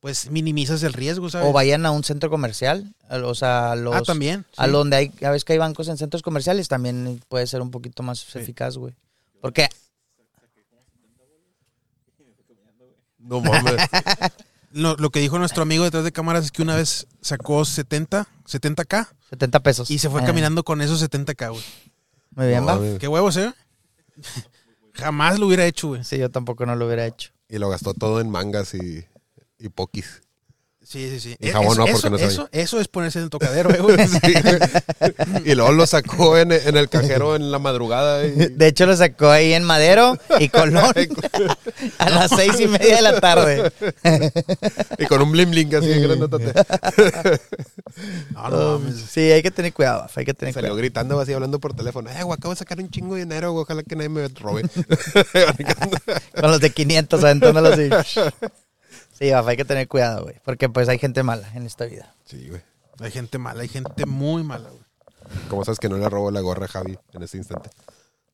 pues, minimizas el riesgo, ¿sabes? O vayan a un centro comercial. al- O sea, a los. ah, también. A sí. donde hay. A veces que hay bancos en centros comerciales también puede ser un poquito más eficaz, güey. Porque. No mames. Lo, lo que dijo nuestro amigo detrás de cámaras es que una vez sacó 70, 70K 70 pesos. y se fue Eh, caminando con esos 70K, güey. Muy bien, No, va. mames. Qué huevos, ¿eh? [laughs] Jamás lo hubiera hecho, güey. Sí, yo tampoco no lo hubiera hecho. Y lo gastó todo en mangas y, y poquis. Sí, sí, sí. Y Eh, jabón eso, no, porque eso, no se eso, eso es ponerse en el [laughs] tocadero, eh, güey. [laughs] y luego lo sacó en, en el cajero en la madrugada. Y, De hecho, lo sacó ahí en Madero y [laughs] Colón [laughs] a las seis y media de la tarde. y con un bling bling así de grandotote. No, no mames. Sí, hay que tener cuidado, Rafa, hay que tener Salió cuidado. gritando así, hablando por teléfono. Eh, güey, acabo de sacar un chingo de dinero, güey. Ojalá que nadie me robe. [laughs] Con los de 500 aventándolos así. Sí, papá, hay que tener cuidado, güey. Porque pues hay gente mala en esta vida. Sí, güey. Hay gente mala, hay gente muy mala, güey. ¿Cómo sabes que no le robo la gorra a Javi en este instante?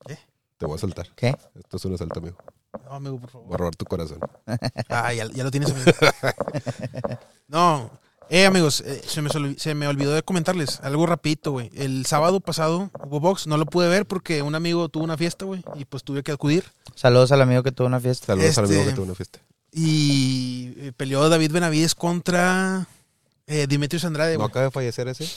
¿Qué? Te voy a soltar. ¿Qué? Esto es un asalto, amigo. ¿Eh? No, amigo, Voy por a favor. robar tu corazón. Ah, ya, ya lo [laughs] tienes. amigo. no. Eh, amigos, eh, se, me sol- se me olvidó de comentarles algo rapidito, güey. El sábado pasado hubo box, no lo pude ver porque un amigo tuvo una fiesta, güey, y pues tuve que acudir. Saludos al amigo que tuvo una fiesta. Saludos al Este- amigo que tuvo una fiesta. Y eh, peleó David Benavides contra eh, Demetrius Andrade, ¿No güey. acaba de fallecer ese?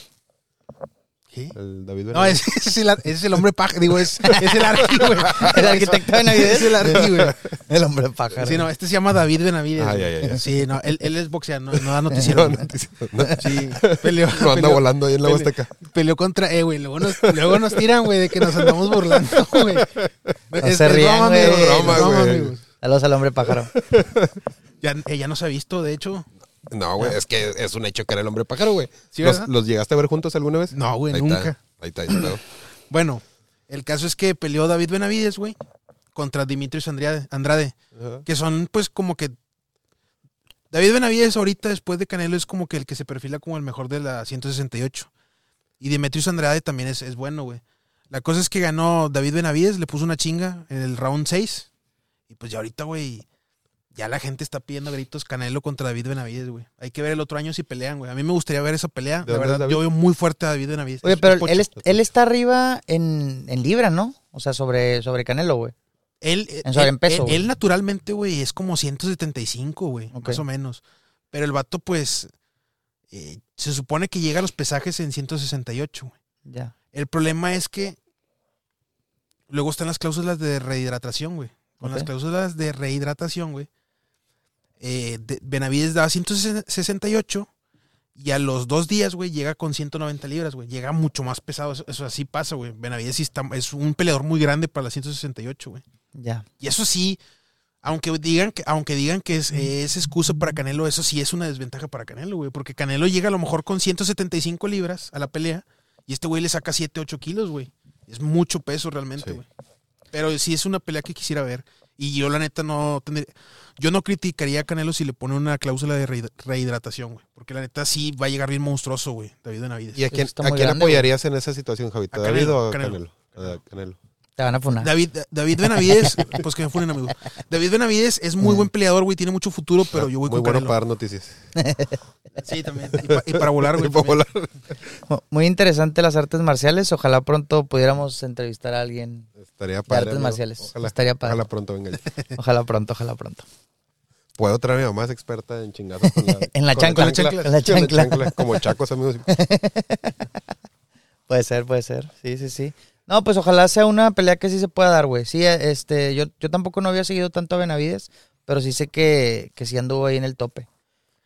¿Qué? El David No, Benavides. ese, ese es el, ar- ese es el hombre paja, digo, es, es el arqui, güey. [laughs] El arquitecto de Navidad. Es el arqui, güey. El hombre pájaro. Sí, no, este se llama David Benavides. Ah, güey. ya, ya, ya. Sí, no, él, él es boxeador, [laughs] no, no da No, noticiero. no, güey. no. Sí, peleó. No anda peleó- volando ahí en la pele- Huasteca. Peleó contra, eh, güey. Luego nos, luego nos tiran, güey, de que nos andamos burlando, güey. se rían, güey, amigos, no broma, güey. amigos. Saludos al hombre [laughs] pájaro. Ya, eh, ya nos ha visto, de hecho. No, güey, es que es un hecho que era el hombre pájaro, güey. Ah. Sí, ¿Los, ¿verdad? los llegaste a ver juntos alguna vez? No, güey, Ahí nunca. Está, ahí está, ahí está. Bueno, el caso es que peleó David Benavides, güey, contra Dimitrios Andrade, Andrade, Ajá. que son, pues, como que. David Benavides, ahorita después de Canelo, es como que el que se perfila como el mejor de la 168. Y Dimitrios Andrade también es, es bueno, güey. La cosa es que ganó David Benavides, le puso una chinga en el round 6. Y pues ya ahorita, güey, ya la gente está pidiendo a gritos Canelo contra David Benavides, güey. Hay que ver el otro año si pelean, güey. A mí me gustaría ver esa pelea. ¿De dónde La es verdad, David? yo veo muy fuerte a David Benavides. Oye, Es- es pero pocho. él, es- él está arriba en, en Libra, ¿no? O sea, sobre, sobre Canelo, güey. Él, En su- él- en peso, él- güey. él naturalmente, güey, es como 175, güey, Ok. más o menos. Pero el vato, pues, eh, se supone que llega a los pesajes en 168, güey. Ya. El problema es que luego están las cláusulas de rehidratación, güey. Con las Ok. cláusulas de rehidratación, güey. eh, de- Benavides daba 168 y a los dos días, güey, llega con 190 libras, güey. Llega mucho más pesado. Eso, eso así pasa, güey. Benavides sí está- es un peleador muy grande para las 168, güey. Ya. Y eso sí, aunque digan que, aunque digan que es, es excusa para Canelo, eso sí es una desventaja para Canelo, güey. Porque Canelo llega a lo mejor con 175 libras a la pelea y este güey le saca 7, 8 kilos, güey. Es mucho peso realmente, Sí. güey. Pero sí es una pelea que quisiera ver. Y yo la neta no tendría... Yo no criticaría a Canelo si le pone una cláusula de rehid- rehidratación, güey. Porque la neta sí va a llegar bien monstruoso, güey. David Benavides. ¿Y a quién, Está a muy quién grande, apoyarías en esa situación, Javi? A ¿A David o a Canelo, Canelo? A Canelo. Te van a funar. David, David Benavides, [laughs] pues que me funen, amigo. David Benavides es muy buen peleador, güey, tiene mucho futuro, pero yo voy Muy con bueno Canelo. para dar noticias. Sí, también. Y, pa- y [laughs] para volar, [laughs] güey. Y para también. volar. Muy interesante las artes marciales. Ojalá pronto pudiéramos entrevistar a alguien Estaría de padre. artes amigo. marciales. Ojalá, Estaría padre. ojalá pronto venga. ya. Ojalá pronto, ojalá pronto. [laughs] Puedo traer a mi mamá es experta en chingazos. Con la, [laughs] En la con chancla, en la chancla. Como chacos, amigos. Puede ser, puede ser. Sí, sí, sí. No, pues ojalá sea una pelea que sí se pueda dar, güey. Sí, este, yo, yo tampoco no había seguido tanto a Benavides, pero sí sé que, que sí anduvo ahí en el tope.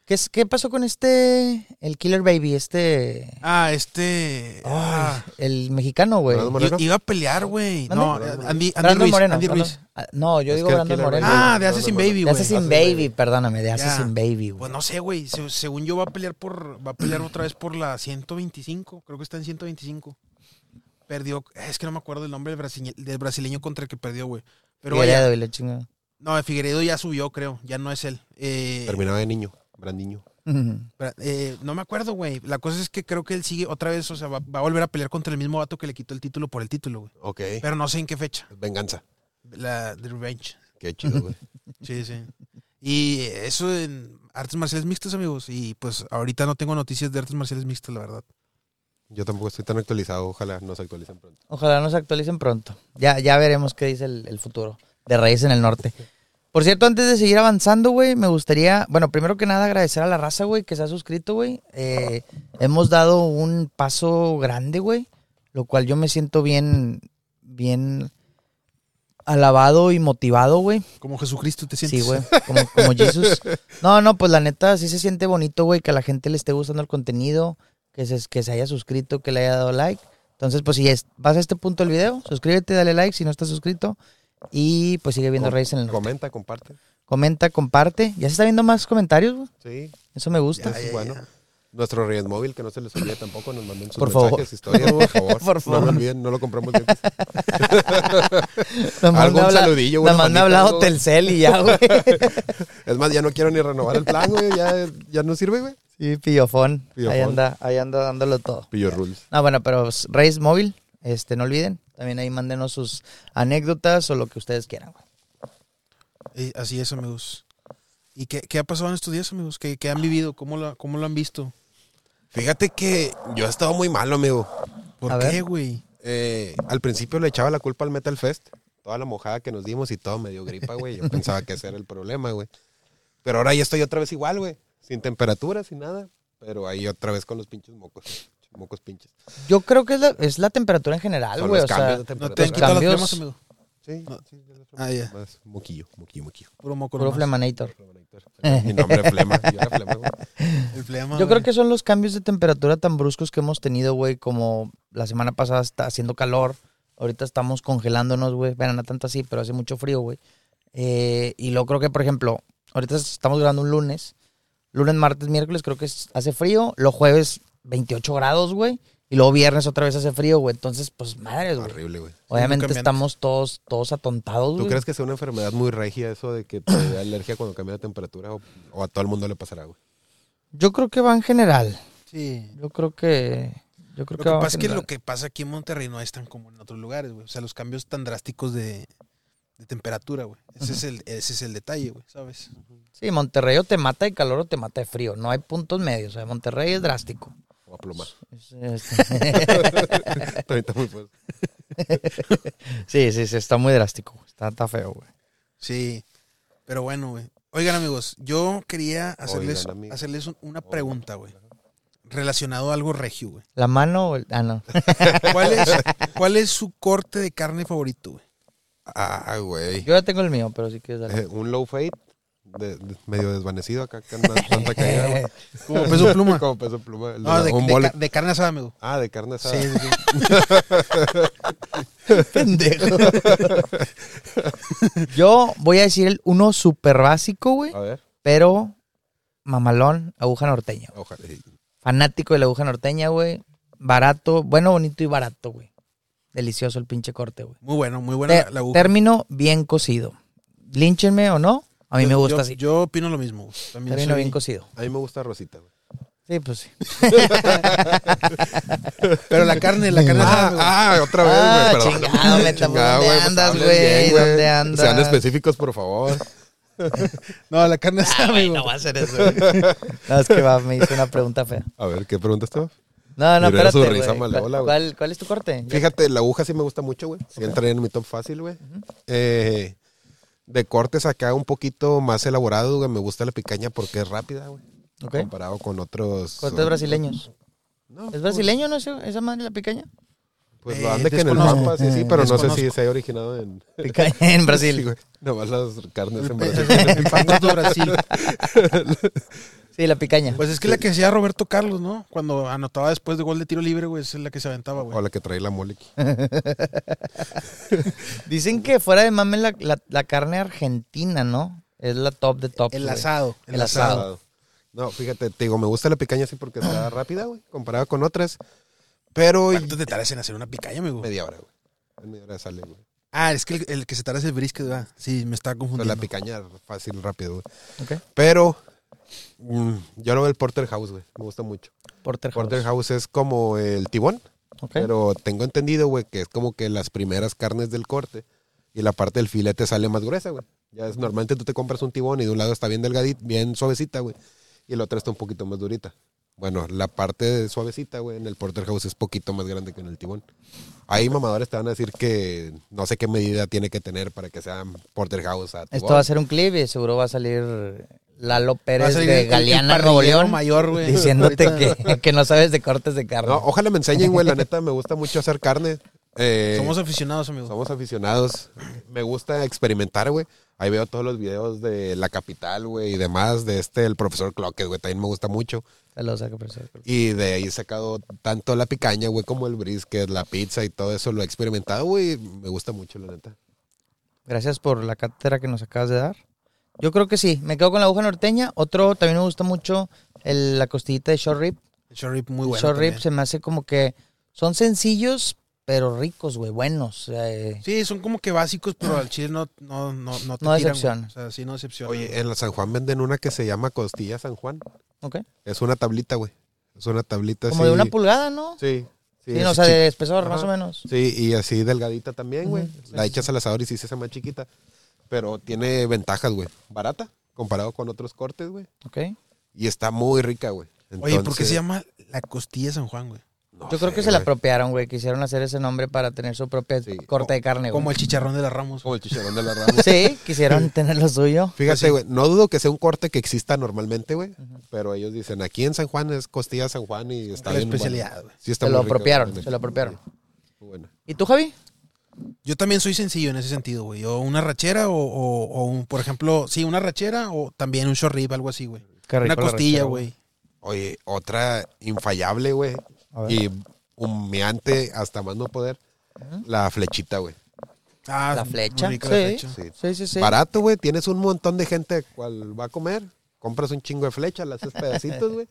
¿Qué, es- ¿Qué pasó con este, el Killer Baby, este, Ah, este. ah, el mexicano, güey? Brandon i- Moreno. iba a pelear, güey. ¿Mande? No, Brandon Andy, Andy Brandon Ruiz. Moreno. Andy Brandon- Ruiz. ah, no, yo Es digo que el Brandon Killer Moreno. Baby- Ah, de Brandon Assassin Moreno. Baby, de güey. Assassin Assassin Baby, Baby. perdóname, de Assassin Ya. Baby, güey. Pues no sé, güey. se- según yo va a pelear por. Va a pelear otra vez por la 125. Creo que está en 125. Perdió. Es que no me acuerdo el nombre del brasileño, del brasileño contra el que perdió, güey. Pero vaya- Figueredo y la chingada. [laughs] No, Figueredo ya subió, creo. Ya no es él. Eh, Terminaba de niño. Brandiño. Espera, eh, no me acuerdo, güey. La cosa es que creo que él sigue otra vez, o sea, va, va a volver a pelear contra el mismo vato que le quitó el título por el título, güey. Ok. Pero no sé en qué fecha. Venganza. La de Revenge. Qué [laughs] chido, güey. Sí, sí. Y eso en artes marciales mixtas, amigos. Y pues ahorita no tengo noticias de artes marciales mixtas, la verdad. Yo tampoco estoy tan actualizado. Ojalá nos actualicen pronto. Ojalá nos actualicen pronto. Ya, ya veremos qué dice el, el futuro de Raíz en el Norte. Por cierto, antes de seguir avanzando, güey, me gustaría, bueno, primero que nada agradecer a la raza, güey, que se ha suscrito, güey. Eh, hemos dado un paso grande, güey, lo cual yo me siento bien, bien alabado y motivado, güey. Como Jesucristo te sientes. Sí, güey, como, como [laughs] Jesus. No, no, pues la neta sí se siente bonito, güey, que a la gente le esté gustando el contenido, que se, que se haya suscrito, que le haya dado like. Entonces, pues si es- vas a este punto del video, suscríbete, dale like si no estás suscrito. Y pues sigue viendo Com- Reyes en el... Comenta, comparte. Comenta, comparte. Ya se está viendo más comentarios, güey. Sí. [laughs] Eso me gusta. es bueno. Nuestro Riot Móvil, que no se les olvide tampoco, nos manden sus Por favor. mensajes, historias, por favor. Por No favor. lo olviden, no lo compramos. de antes. Nada más Algo, me un habla- saludillo, Nada una más me ha manita, hablado algo. Telcel y ya, [laughs] güey. Es más, ya no quiero ni renovar el plan, güey. Ya, ya no sirve, güey. Sí, pillofón. Pillofón. Ahí anda, ahí anda dándolo todo. Pillo Rules. Ah, bueno, pero pues, Reyes Móvil, este, no olviden. También ahí mándenos sus anécdotas o lo que ustedes quieran, güey. Eh, Así es, amigos. ¿Y qué, qué ha pasado en estos días, amigos? ¿Qué, qué han vivido? ¿Cómo lo, ¿Cómo lo han visto? Fíjate que yo he estado muy malo, amigo. ¿Por A qué, ver. güey? Eh, al principio le echaba la culpa al Metal Fest. Toda la mojada que nos dimos y todo me dio gripa, güey. Yo pensaba que ese era el problema, güey. Pero ahora ya estoy otra vez igual, güey. Sin temperatura, sin nada. Pero ahí otra vez con los pinches mocos. Mocos pinches. Yo creo que es la, es la temperatura en general, Son güey. los O sea, cambios de ¿No temperatura. te han Los quitado las cambios- flemas, amigo? Sí, No. sí, ya les- Ah, ya. Más moquillo, moquillo, [laughs] moquillo. Puro moco puro nomás. Flemanator. Mi nombre es [laughs] Flema. Yo era Flema, güey. El Yo flema, güey. creo que son los cambios de temperatura tan bruscos que hemos tenido, güey, como la semana pasada está haciendo calor, ahorita estamos congelándonos, güey, bueno, no tanto así, pero hace mucho frío, güey. Eh, y luego creo que, por ejemplo, ahorita estamos grabando un lunes, lunes, martes, miércoles creo que es- hace frío, los jueves 28 grados, güey, y luego viernes otra vez hace frío, güey, entonces, pues, madre, güey. Horrible, güey. Obviamente cambiante. estamos todos, todos atontados, güey. ¿Tú crees que sea una enfermedad muy regia eso de que te da alergia cuando cambia la temperatura o, o a todo el mundo le pasará, güey? Yo creo que va en general, Sí. yo creo que... Yo creo que Lo que va en pasa es que general. lo que pasa aquí en Monterrey no es tan como en otros lugares, güey. O sea, los cambios tan drásticos de, de temperatura, güey. Ese, es el, ese es el detalle, güey, ¿sabes? Sí, Monterrey o te mata de calor o te mata de frío. No hay puntos medios. O sea, Monterrey es [laughs] drástico. O a [laughs] plumar. Es- es- Ahorita muy fuerte. sí, sí, sí, está muy drástico. Está, está feo, güey. Sí. Pero bueno, güey. Oigan, amigos, yo quería hacerles, Oigan, amigos. hacerles un- una pregunta, güey. Relacionado a algo regio, güey. La mano o el- Ah, no. ¿Cuál es, [laughs] ¿Cuál es su corte de carne favorito, güey? Ah, güey. Yo ya tengo el mío, pero sí que Eh, un low fade, de- de- medio desvanecido acá, con una tanta caída. güey. Como peso pluma. [laughs] Como peso pluma. el No, de- Ah, de, un de mole. ca- de carne asada, amigo. Ah, de carne asada. Sí, sí, [laughs] Pendejo. [laughs] Yo voy a decir el uno súper básico, güey, A ver, pero mamalón, aguja norteña. güey. ojalá. Fanático de la aguja norteña, güey. Barato, bueno, bonito y barato, güey. Delicioso el pinche corte, güey. Muy bueno, muy buena Ter- la aguja. Término bien cocido. Línchenme o no, a mí me Yo- gusta yo- así. Yo opino lo mismo. güey. También Término soy- bien cocido. A mí me gusta Rosita, güey. Sí, pues [laughs] sí. Pero la carne, la carne asada, amigo. Ah, ah, otra vez, Ah, güey. Perdón. chingado, [laughs] Meta, ¿por dónde güey, pues andas, hablen güey? bien, ¿Dónde andas? Sean específicos, por favor. No, la carne asada, Ay, amigo. no va a hacer [laughs] eso. güey. No, es que va, me hizo una pregunta fea. A ver, ¿qué pregunta estaba? No, no, Miré su espérate. güey. risa maleola, ¿Cuál, güey. cuál, cuál es tu corte? Fíjate, la aguja sí me gusta mucho, güey. Sí entré en mi top fácil, güey. Eh, de cortes acá un poquito más elaborado, güey. Me gusta la picaña porque es rápida, güey. Ok. Comparado con otros. Cortes brasileños. No, pues. ¿Es brasileño, no? ese- Esa madre, la [laughs] picaña. Pues Eh, lo ande que en el desconozco. mapa, sí, sí, pero no sé si Desconozco. se haya originado en. Picaña en [laughs] Sí, Brasil. güey. Nomás las carnes en Brasil. Infantos de Brasil. Sí, la picaña. Pues es que la que hacía Roberto Carlos, ¿no? Cuando anotaba después de gol de tiro libre, güey, esa es la que se [laughs] aventaba, O güey. la que trae la mole. Dicen que fuera de mame la, la, la carne argentina, ¿no? Es la top de top. El asado. El asado. No, fíjate, te digo, me gusta la picaña así porque está rápida, güey, comparada con otras. Pero ¿Cuánto te tardas en hacer una picaña, amigo? media hora, güey. En media hora sale, güey. Ah, es que el, el que se tarda es el brisket, ¿verdad? Sí, me estaba O sea, confundiendo. la picaña fácil, rápido, güey. Ok. Pero mm, yo lo veo el Porterhouse, güey. Me gusta mucho. Porterhouse. Porterhouse es como el tibón, Ok. pero tengo entendido, güey, que es como que las primeras carnes del corte y la parte del filete sale más gruesa, güey. Ya es normalmente tú te compras un tibón y de un lado está bien delgadita, bien suavecita, güey, y la otra está un poquito más durita. Bueno, la parte de suavecita, güey, en el Porterhouse es poquito más grande que en el tibón. Ahí mamadores te van a decir que no sé qué medida tiene que tener para que sea Porterhouse a Esto tibón. va a ser un clip y seguro va a salir Lalo Pérez salir el- de el Galeana, parrillero Nuevo León, mayor, güey. diciéndote Ahorita. que, que no sabes de cortes de carne. No, ojalá me enseñen, güey, la neta me gusta mucho hacer carne. Eh, Somos aficionados, amigo. Somos aficionados. Me gusta experimentar, güey. Ahí veo todos los videos de La Capital, güey, y demás, de este, el profesor Cloques, güey, también me gusta mucho. Saludos a que profesor. Y de ahí he sacado tanto la picaña, güey, como el brisket, la pizza y todo eso. Lo he experimentado, güey, me gusta mucho, la neta. Gracias por la cátedra que nos acabas de dar. Yo creo que sí, me quedo con la aguja norteña. Otro también me gusta mucho el- la costillita de short rib. El short rib muy bueno. short rib también. se me hace como que son sencillos, pero ricos, güey, buenos. eh, Sí, son como que básicos, pero al chile no, no, no, no te No tiran, decepciona. güey. O sea, sí, no decepciona. Oye, eh, en la San Juan venden una que se llama costilla San Juan. ok. Es una tablita, güey. Es una tablita Como así. de una pulgada, ¿no? Sí. Sí, Sí, así no, o sea, chi- de espesor, Ajá. más o menos. Sí, y así delgadita también, güey. Ujú, sí, la sí, echas al asador y sí se hace más chiquita. Pero tiene ventajas, güey. Barata, comparado con otros cortes, güey. Ok. Y está muy rica, güey. Oye, ¿por qué Entonces, se llama la costilla de San Juan, güey? no Yo creo que sé, se la güey. apropiaron, güey. Quisieron hacer ese nombre para tener su propia Sí. corte de carne, Como güey. el chicharrón de la Ramos. Como el chicharrón de la [laughs] Pues rama. Sí, [laughs] quisieron tener lo suyo. Fíjate, güey, no dudo que sea un corte que exista normalmente, güey. Pero ellos dicen, aquí en San Juan es costilla San Juan y está La bien buena. especialidad, güey. Sí, está Se muy lo rica, güey, apropiaron, neta. se lo apropiaron. Muy buena. ¿Y tú, Javi? Yo también soy sencillo en ese sentido, güey. O una rachera o, o- o un, por ejemplo, sí, una rachera o también un short rib, algo así, güey. Qué rico Una la costilla, rachera, güey. Oye, otra infallable, güey. A ver. Y humeante hasta más no poder. La flechita, güey. Ah, La muy flecha. rica Sí. la flecha. Sí. Sí, sí, sí. Barato, güey. Tienes un montón de gente cual va a comer. Compras un chingo de flecha, las haces pedacitos, güey.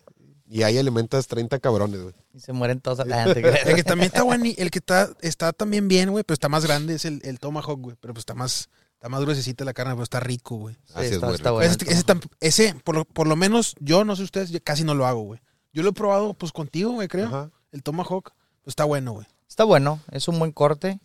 Y ahí alimentas 30 cabrones, güey. Y se mueren todos. Ah, [laughs] te creas. El que también está bueno, el que está, está también bien, güey, pero está más grande, es el, el Tomahawk, güey. Pero pues está más, está más gruesecita la carne, pero está rico, güey. Así está- es, muy está rico. bueno. ese, ese tam- ese, por, lo, por lo menos, yo no sé ustedes, yo casi no lo hago, güey. Yo lo he probado, pues, contigo, güey, creo. Ajá. El Tomahawk, pues, está bueno, güey. Está bueno, es un buen corte.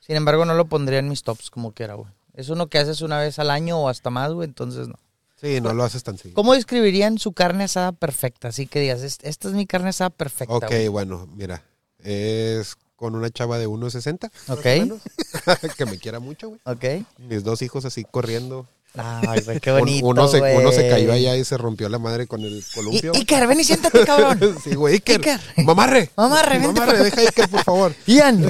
Sin embargo, no lo pondría en mis tops como quiera, güey. Es uno que haces una vez al año o hasta más, güey, entonces no. Sí, no lo haces tan sencillo. ¿Cómo describirían su carne asada perfecta? Así que digas, "Es- esta es mi carne asada perfecta, Ok, güey. bueno, mira. Es con una chava de 1.60. más o Ok. menos, [laughs] que me quiera mucho, güey. Ok. Mis dos hijos así corriendo. Ay, güey, qué [laughs] Un- bonito, uno, se, uno se güey. cayó allá y se rompió la madre con el I- columpio. Iker, ven y siéntate, cabrón. [laughs] sí, güey. Iker. Iker. Mamarre. Mamarre, vente Mamarre, para- deja a Iker, por favor. [laughs] Ian.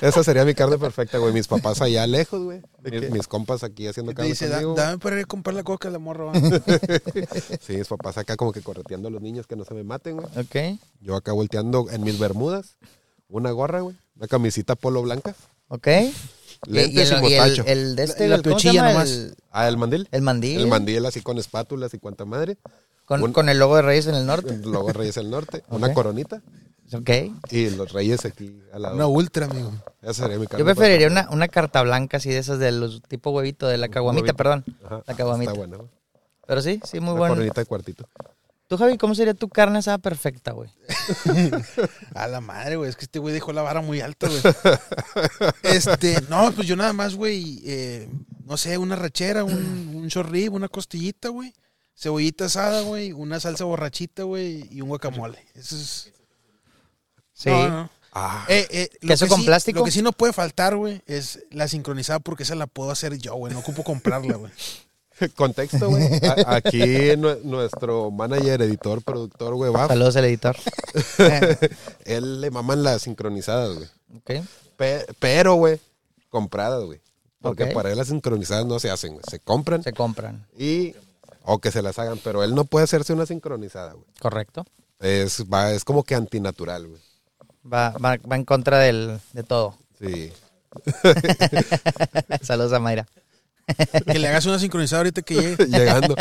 Esa sería mi carne perfecta, güey. Mis papás allá lejos, güey. Mis, mis compas aquí haciendo Te carne dice, "Da- conmigo. dame para ir a comprar la coca, la morra, va". [laughs] Sí, mis papás acá como que correteando a los niños que no se me maten, güey. ok, Yo acá volteando en mis bermudas. Una gorra, güey. Una camisita polo blanca. ok. Lentes y, el, mostacho. el, el de este, La- la güey, ¿cómo se piochilla llama? nomás. El, Ah, el mandil. el mandil. El mandil así con espátulas y cuanta madre. Con, Un- con el logo de Reyes en el norte. Luego Reyes del Norte. Una Ok. coronita. Ok. Y los Reyes aquí al lado. Una ultra, amigo. Esa sería mi carne Yo preferiría una, una carta blanca así de esas de los tipo huevito de la caguamita, Huevito. perdón. perfecta. Ajá, La caguamita. Está bueno. Pero sí, sí, muy Una bueno. coronita de cuartito. Tú, Javi, ¿cómo sería tu carne asada perfecta, güey? A la madre, güey. Es que este güey dejó la vara muy alta, güey. [laughs] Este, no, pues yo nada más, güey. eh, no sé, una rachera, un, un short rib, una costillita, güey. Cebollita asada, güey. Una salsa borrachita, güey. Y un guacamole. Eso es. Sí. No, no. Ah, Eh, eh, lo ¿Queso que con sí- plástico? Lo que sí no puede faltar, güey, es la sincronizada porque esa la puedo hacer yo, güey. No ocupo comprarla, güey. [laughs] Contexto, güey. A- Aquí nu- nuestro manager, editor, productor, güey, va. Ah, Saludos al editor. [laughs] Él le maman las sincronizadas, güey. ok. Pe- pero, güey, compradas, güey. Porque Ok. para él las sincronizadas no se hacen, güey. Se compran Se compran, y... O que se las hagan, pero él no puede hacerse una sincronizada, güey. correcto. Es, va, es como que antinatural, güey. Va, va, va en contra del, de [laughs] todo. Sí. [laughs] Saludos a Mayra. Que le hagas una sincronizada ahorita que llegue. Llegando.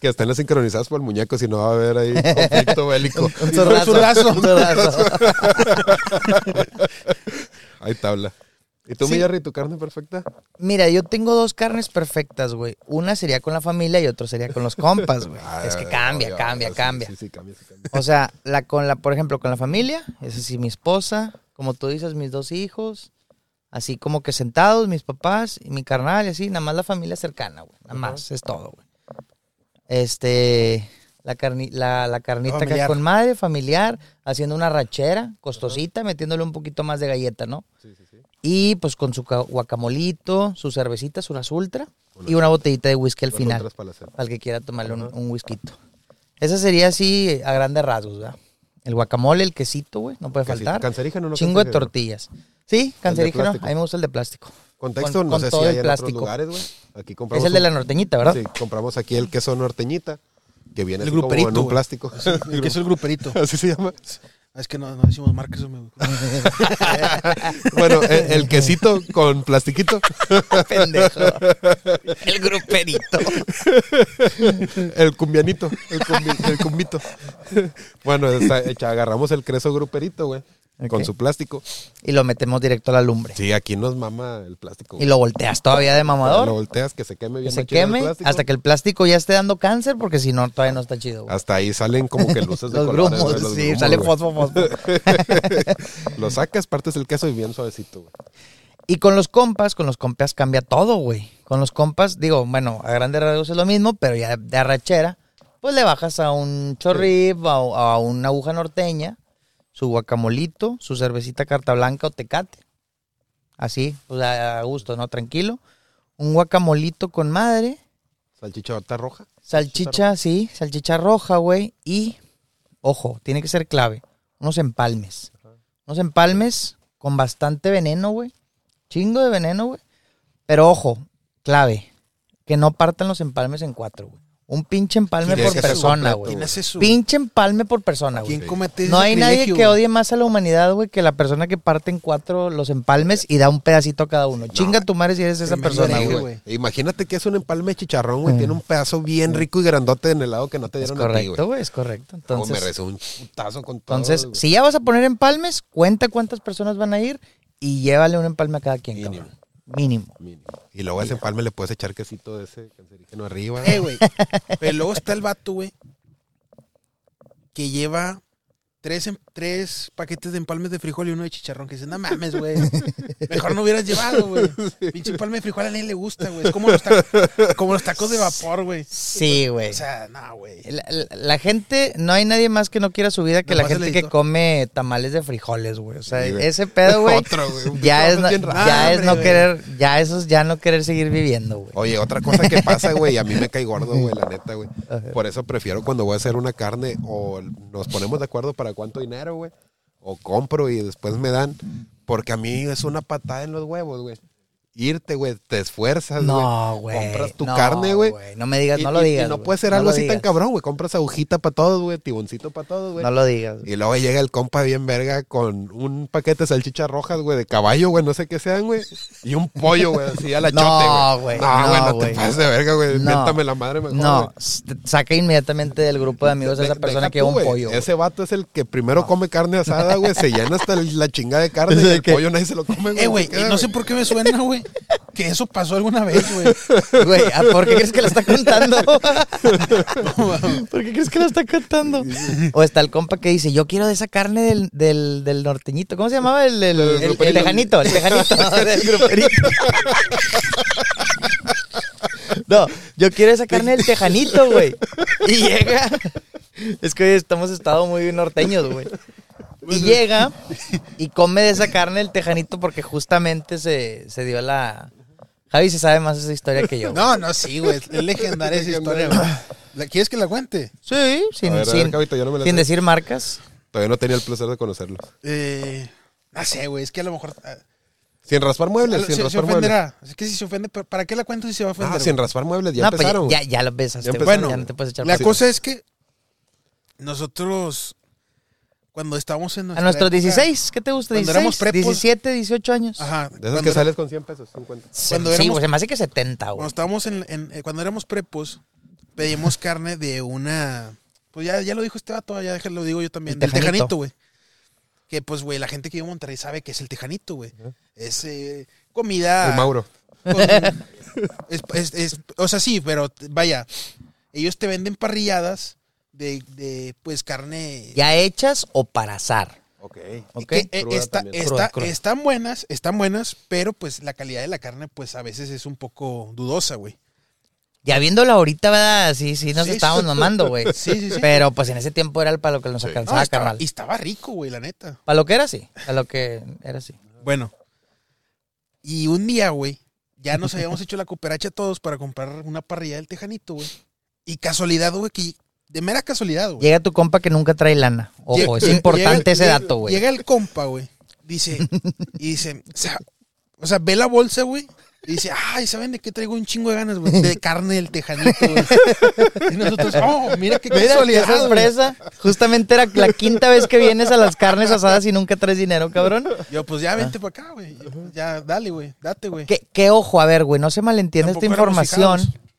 Que estén las sincronizadas por el muñeco, si no va a haber ahí conflicto [laughs] bélico. [laughs] [laughs] Un zurdazo. zurdazo. un zurdazo. Hay tabla. ¿Y tú, Sí. mi Jerry, tu carne perfecta? [laughs] Mira, yo tengo dos carnes perfectas, güey. Una sería con la familia y otra sería con los compas, güey. [laughs] Ah, es que cambia, obvio, cambia, sí, cambia. Sí, sí, cambia, sí, cambia. O sea, la con la, por ejemplo, con la familia, es así, mi esposa, como tú dices, mis dos hijos, así como que sentados, mis papás y mi carnal, y así, nada más la familia cercana, güey. Nada más, es todo, güey. Este, la, carni- la, la carnita acá Familiar. con madre, familiar, haciendo una rachera, costosita, metiéndole un poquito más de galleta, ¿no? Sí, sí, sí. Y pues con su ca- guacamolito, sus cervecitas, unas ultra, y una botellita de whisky al Las final otras para la cena. para el que quiera tomarle un, un whisky. Ese sería así eh, a grandes rasgos, ¿verdad? El guacamole, el quesito, güey, no puede Casi- faltar. ¿Cancerígeno o no Chingo de cancerígeno? tortillas. Sí, cancerígeno. plástico. A mí me gusta el de plástico. Contexto, Con- no con sé si todo hay el en otros plástico. lugares, güey. Aquí compramos. Es el de un- la norteñita, ¿verdad? [laughs] Sí, compramos aquí el queso norteñita, que viene El así como en gruperito, un [laughs] güey. plástico. El queso el gruperito. Así se llama. Ah, Es que no, no decimos marcas, amigo. [laughs] Ah, Bueno, el, el quesito con plastiquito. [laughs] Pendejo. El gruperito. El cumbianito. El, cumbi- el cumbito. [laughs] Bueno, está hecha, agarramos el creso gruperito, güey. Con Ok. su plástico. Y lo metemos directo a la lumbre. Sí, aquí nos mama el plástico. Y güey. lo volteas todavía de Lo mamador. volteas, que se queme Que bien. se machín el queme plástico. hasta que el plástico ya esté dando cáncer, porque si no, todavía no está chido. güey. Hasta ahí salen como que luces Ah, [laughs] de Los colores, grumos, güey, los sí, grumos, sale güey. fosfo, fosfo. Lo sacas, partes el queso y bien suavecito, güey. Y con los compas, con los compas cambia todo, güey. Con los compas, digo, bueno, a grandes rasgos es lo mismo, pero ya de arrachera, pues le bajas a un chorrip, a, a una aguja norteña, su guacamolito, su cervecita carta blanca o tecate. Así, pues a a gusto, ¿no? Tranquilo. Un guacamolito con madre, Salchichota roja. salchicha, sí, salchicha roja, güey. Y, ojo, tiene que ser clave, unos empalmes. Unos empalmes con bastante veneno, güey. Chingo de veneno, güey. Pero ojo, clave. Que no partan los empalmes en cuatro, güey. Un pinche empalme Tienes por que ser persona, completo, güey. ¿Quién hace eso? Pinche empalme por persona, güey. ¿Quién comete ese No hay nadie sacrilegio, que güey? odie más a la humanidad, güey, que la persona que parte en cuatro los empalmes y da un pedacito a cada uno. Chinga tu madre si eres esa me persona, lo dije, güey. güey. Imagínate que es un empalme de chicharrón, güey. Mm. Tiene un pedazo bien rico y grandote en el lado que no te Es dieron a ti, güey. correcto, güey, es correcto. Como Entonces, me rezó un putazo con todo. Entonces, güey. si ya vas a poner empalmes, cuenta cuántas personas van a ir y llévale un empalme a cada quien, Mínimo. cabrón. Mínimo. Mínimo. Y luego a ese empalme le puedes echar quesito de ese [laughs] cancerígeno arriba. Eh, güey. Pero luego está el vato, güey, que lleva tres, em- tres paquetes de empalmes de frijol y uno de chicharrón. Que dice, no mames, güey. Mejor no hubieras llevado, güey. Pinche empalme de frijol a nadie le gusta, güey. Es como los, ta- como los tacos de vapor, güey. pues, Sí, güey. O sea, no, güey. La, la- la gente, no hay nadie más que no quiera su vida que la Nomás el gente que editor. come tamales de frijoles, güey. O sea, Sí, güey. ese pedo, güey. Otro, güey. Un Ya pedo es, no- bien raro. ya es no güey. querer, ya esos ya no querer seguir viviendo, güey. Oye, otra cosa que pasa, güey, y a mí me cae gordo, güey, la neta, güey. Por eso prefiero cuando voy a hacer una carne o nos ponemos de acuerdo para cuánto dinero, güey, o compro y después me dan, porque a mí es una patada en los huevos, güey. Irte, güey, te esfuerzas, güey. No, güey. Compras tu no, carne, güey. No me digas, Y- no lo y- digas. Y no güey. puede ser No algo lo así tan digas. cabrón, güey. Compras agujita para todos, güey, tiboncito para todos, güey. No lo digas. güey. Y luego llega el compa bien verga con un paquete de salchichas rojas, güey, de caballo, güey, no sé qué sean, güey. Y un pollo, güey, así a [laughs] la No, chote, güey, güey. no, No, güey, no, te güey. pases de verga, güey. No. Miéntame la madre mejor, No, güey. s- saca inmediatamente del grupo de amigos a esa De- persona deja que tú, lleva un güey. pollo. güey. Ese vato es el que primero come carne asada, güey. Se llena hasta la chinga [laughs] de carne. O y sea el que- pollo nadie se lo come, güey. Eh, güey, se y queda, no sé por qué me suena, güey, que eso pasó alguna vez, güey. [laughs] Güey, ¿ah, ¿por qué crees que la está [laughs] contando? ¿Por qué crees que la está contando? O está el compa que dice, yo quiero de esa carne del, del, del norteñito. ¿Cómo se llamaba? El, el, el- el gruperito. tejanito, el [laughs] tejanito del gruperito. No, yo quiero esa carne del tejanito, güey. Y llega. Es que hoy estamos estado muy norteños, güey. Y llega y come de esa carne el tejanito porque justamente se, se dio la... Javi se sabe más esa historia que yo. No, no, sí, güey. Es legendaria esa historia, güey. ¿La- ¿Quieres que la cuente? Sí, sin, A ver, a ver, sin- Cabito, yo no me la sin sé. decir marcas. Todavía no tenía el placer de conocerlo. Eh, no sé, güey. Es que a lo mejor... ah, Sin raspar muebles, se, sin se raspar muebles. ofenderá. Es que si se ofende, ¿pa- ¿para qué la cuento si se va a ofender? Ah, güey? sin raspar muebles, ya no, pues empezaron. ya, güey. ya lo empezaste. Ya güey, empezaron. ya no te puedes echar La para cosa es que nosotros, cuando estábamos en atrás. nuestra A nuestros época- 16, ¿qué te gusta? Cuando éramos 16, prepos. 17, 18 años. Ajá. De Cuando, esos que era- sales con 100 pesos, 50. Se- cuando sí, éramos- güey, se me hace que 70, cuando güey. estábamos en, en- eh, cuando éramos prepos, pedimos carne de una... Pues ya, ya lo dijo este vato, ya déjalo, lo digo yo también. El del tejanito. tejanito, güey. Que pues, güey, la gente que vive en Monterrey sabe que es el tejanito, güey. Es eh, comida... Ah. El Mauro. con- es- es- es- o sea, sí, pero t- vaya, ellos te venden parrilladas de, de, pues carne. Ya hechas o para azar. Ok. ¿Ok? que, eh, Cruda está- también. está- Cruda, cruda. Están buenas, están buenas, pero pues la calidad de la carne, pues a veces es un poco dudosa, güey. Ya viéndola ahorita, ¿verdad? Sí, sí, nos Sí, estábamos sí. mamando, güey. Sí, sí, sí. [laughs] Pero pues en ese tiempo era el para lo que nos Sí. No, alcanzaba, estaba- carnal. y estaba rico, güey, la neta. Para lo que era, sí. Para lo que era, sí. Bueno. Y un día, güey, ya nos habíamos hecho la cooperacha todos para comprar una parrilla del tejanito, güey. Y casualidad, güey, que de mera casualidad, güey. Llega tu compa que nunca trae lana. Ojo, Lle- es importante llega- ese llega- dato, güey. Llega el compa, güey. Dice, y dice, o sea, o sea, ve la bolsa, güey, Y dice, ay, ¿saben de qué traigo un chingo de ganas, güey? De carne del tejanito, güey. Y nosotros, oh, mira qué [laughs] Mira, qué casualidad. güey". sorpresa. Justamente era la quinta vez que vienes a las carnes asadas y nunca traes dinero, cabrón. Yo, pues ya vente para acá, güey. Yo, pues, Ya, dale, güey. Date, güey. Ah. Que, que ojo, a ver, güey, no se malentienda esta Tampoco éramos información. fijados.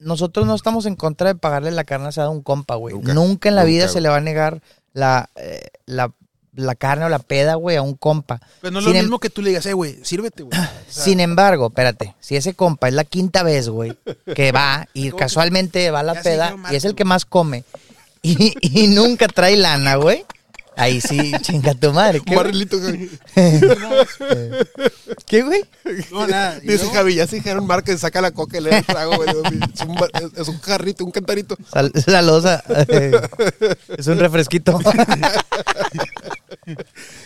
Nosotros no estamos en contra de pagarle la carne asada a un compa, güey. Nunca, Nunca, en la nunca, vida se güey. le va a negar la, eh, la, la carne o la peda, güey, a un compa. Pero Pues, no es lo sin, em- mismo que tú le digas, eh, güey, sírvete, güey. O sea, sin embargo, espérate, si ese compa es la quinta vez, güey, que va y ¿Cómo que- casualmente va a la Ya peda siguió más, y es el güey. que más come y, y nunca trae lana, güey. Ahí sí, chinga tu madre. ¿Qué, Un güey? barrilito, Javi. [laughs] ¿Qué, güey? No, nada. Y Dice luego- Javi, ya se dijeron Márquez, saca la coca y le da el trago, güey. Es un, bar- es- es un jarrito, un cantarito. Sal- [laughs] saludos a- es un refresquito. Y luego,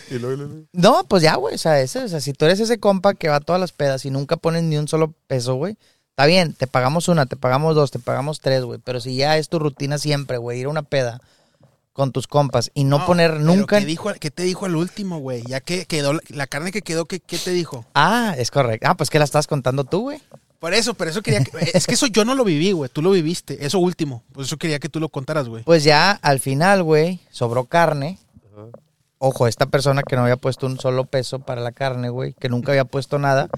y luego- [laughs] No, pues ya, güey. O sea, ese, o sea, si tú eres ese compa que va a todas las pedas y nunca pones ni un solo peso, güey. Está bien, te pagamos una, te pagamos dos, te pagamos tres, güey. Pero si ya es tu rutina siempre, güey, ir a una peda con tus compas y no, poner pero nunca. ¿qué, dijo, al- ¿Qué te dijo al último, güey? Ya que quedó, la- la carne que quedó, ¿qué, qué te dijo? Ah, es correcto. Ah, pues que la estás contando tú, güey. Por eso, por eso quería que... eh, Es que eso yo no lo viví, güey. Tú lo viviste. Eso último. Por eso quería que tú lo contaras, güey. Pues ya al final, güey, sobró carne. Ojo, esta persona que no había puesto un solo peso para la carne, güey, que nunca había puesto nada.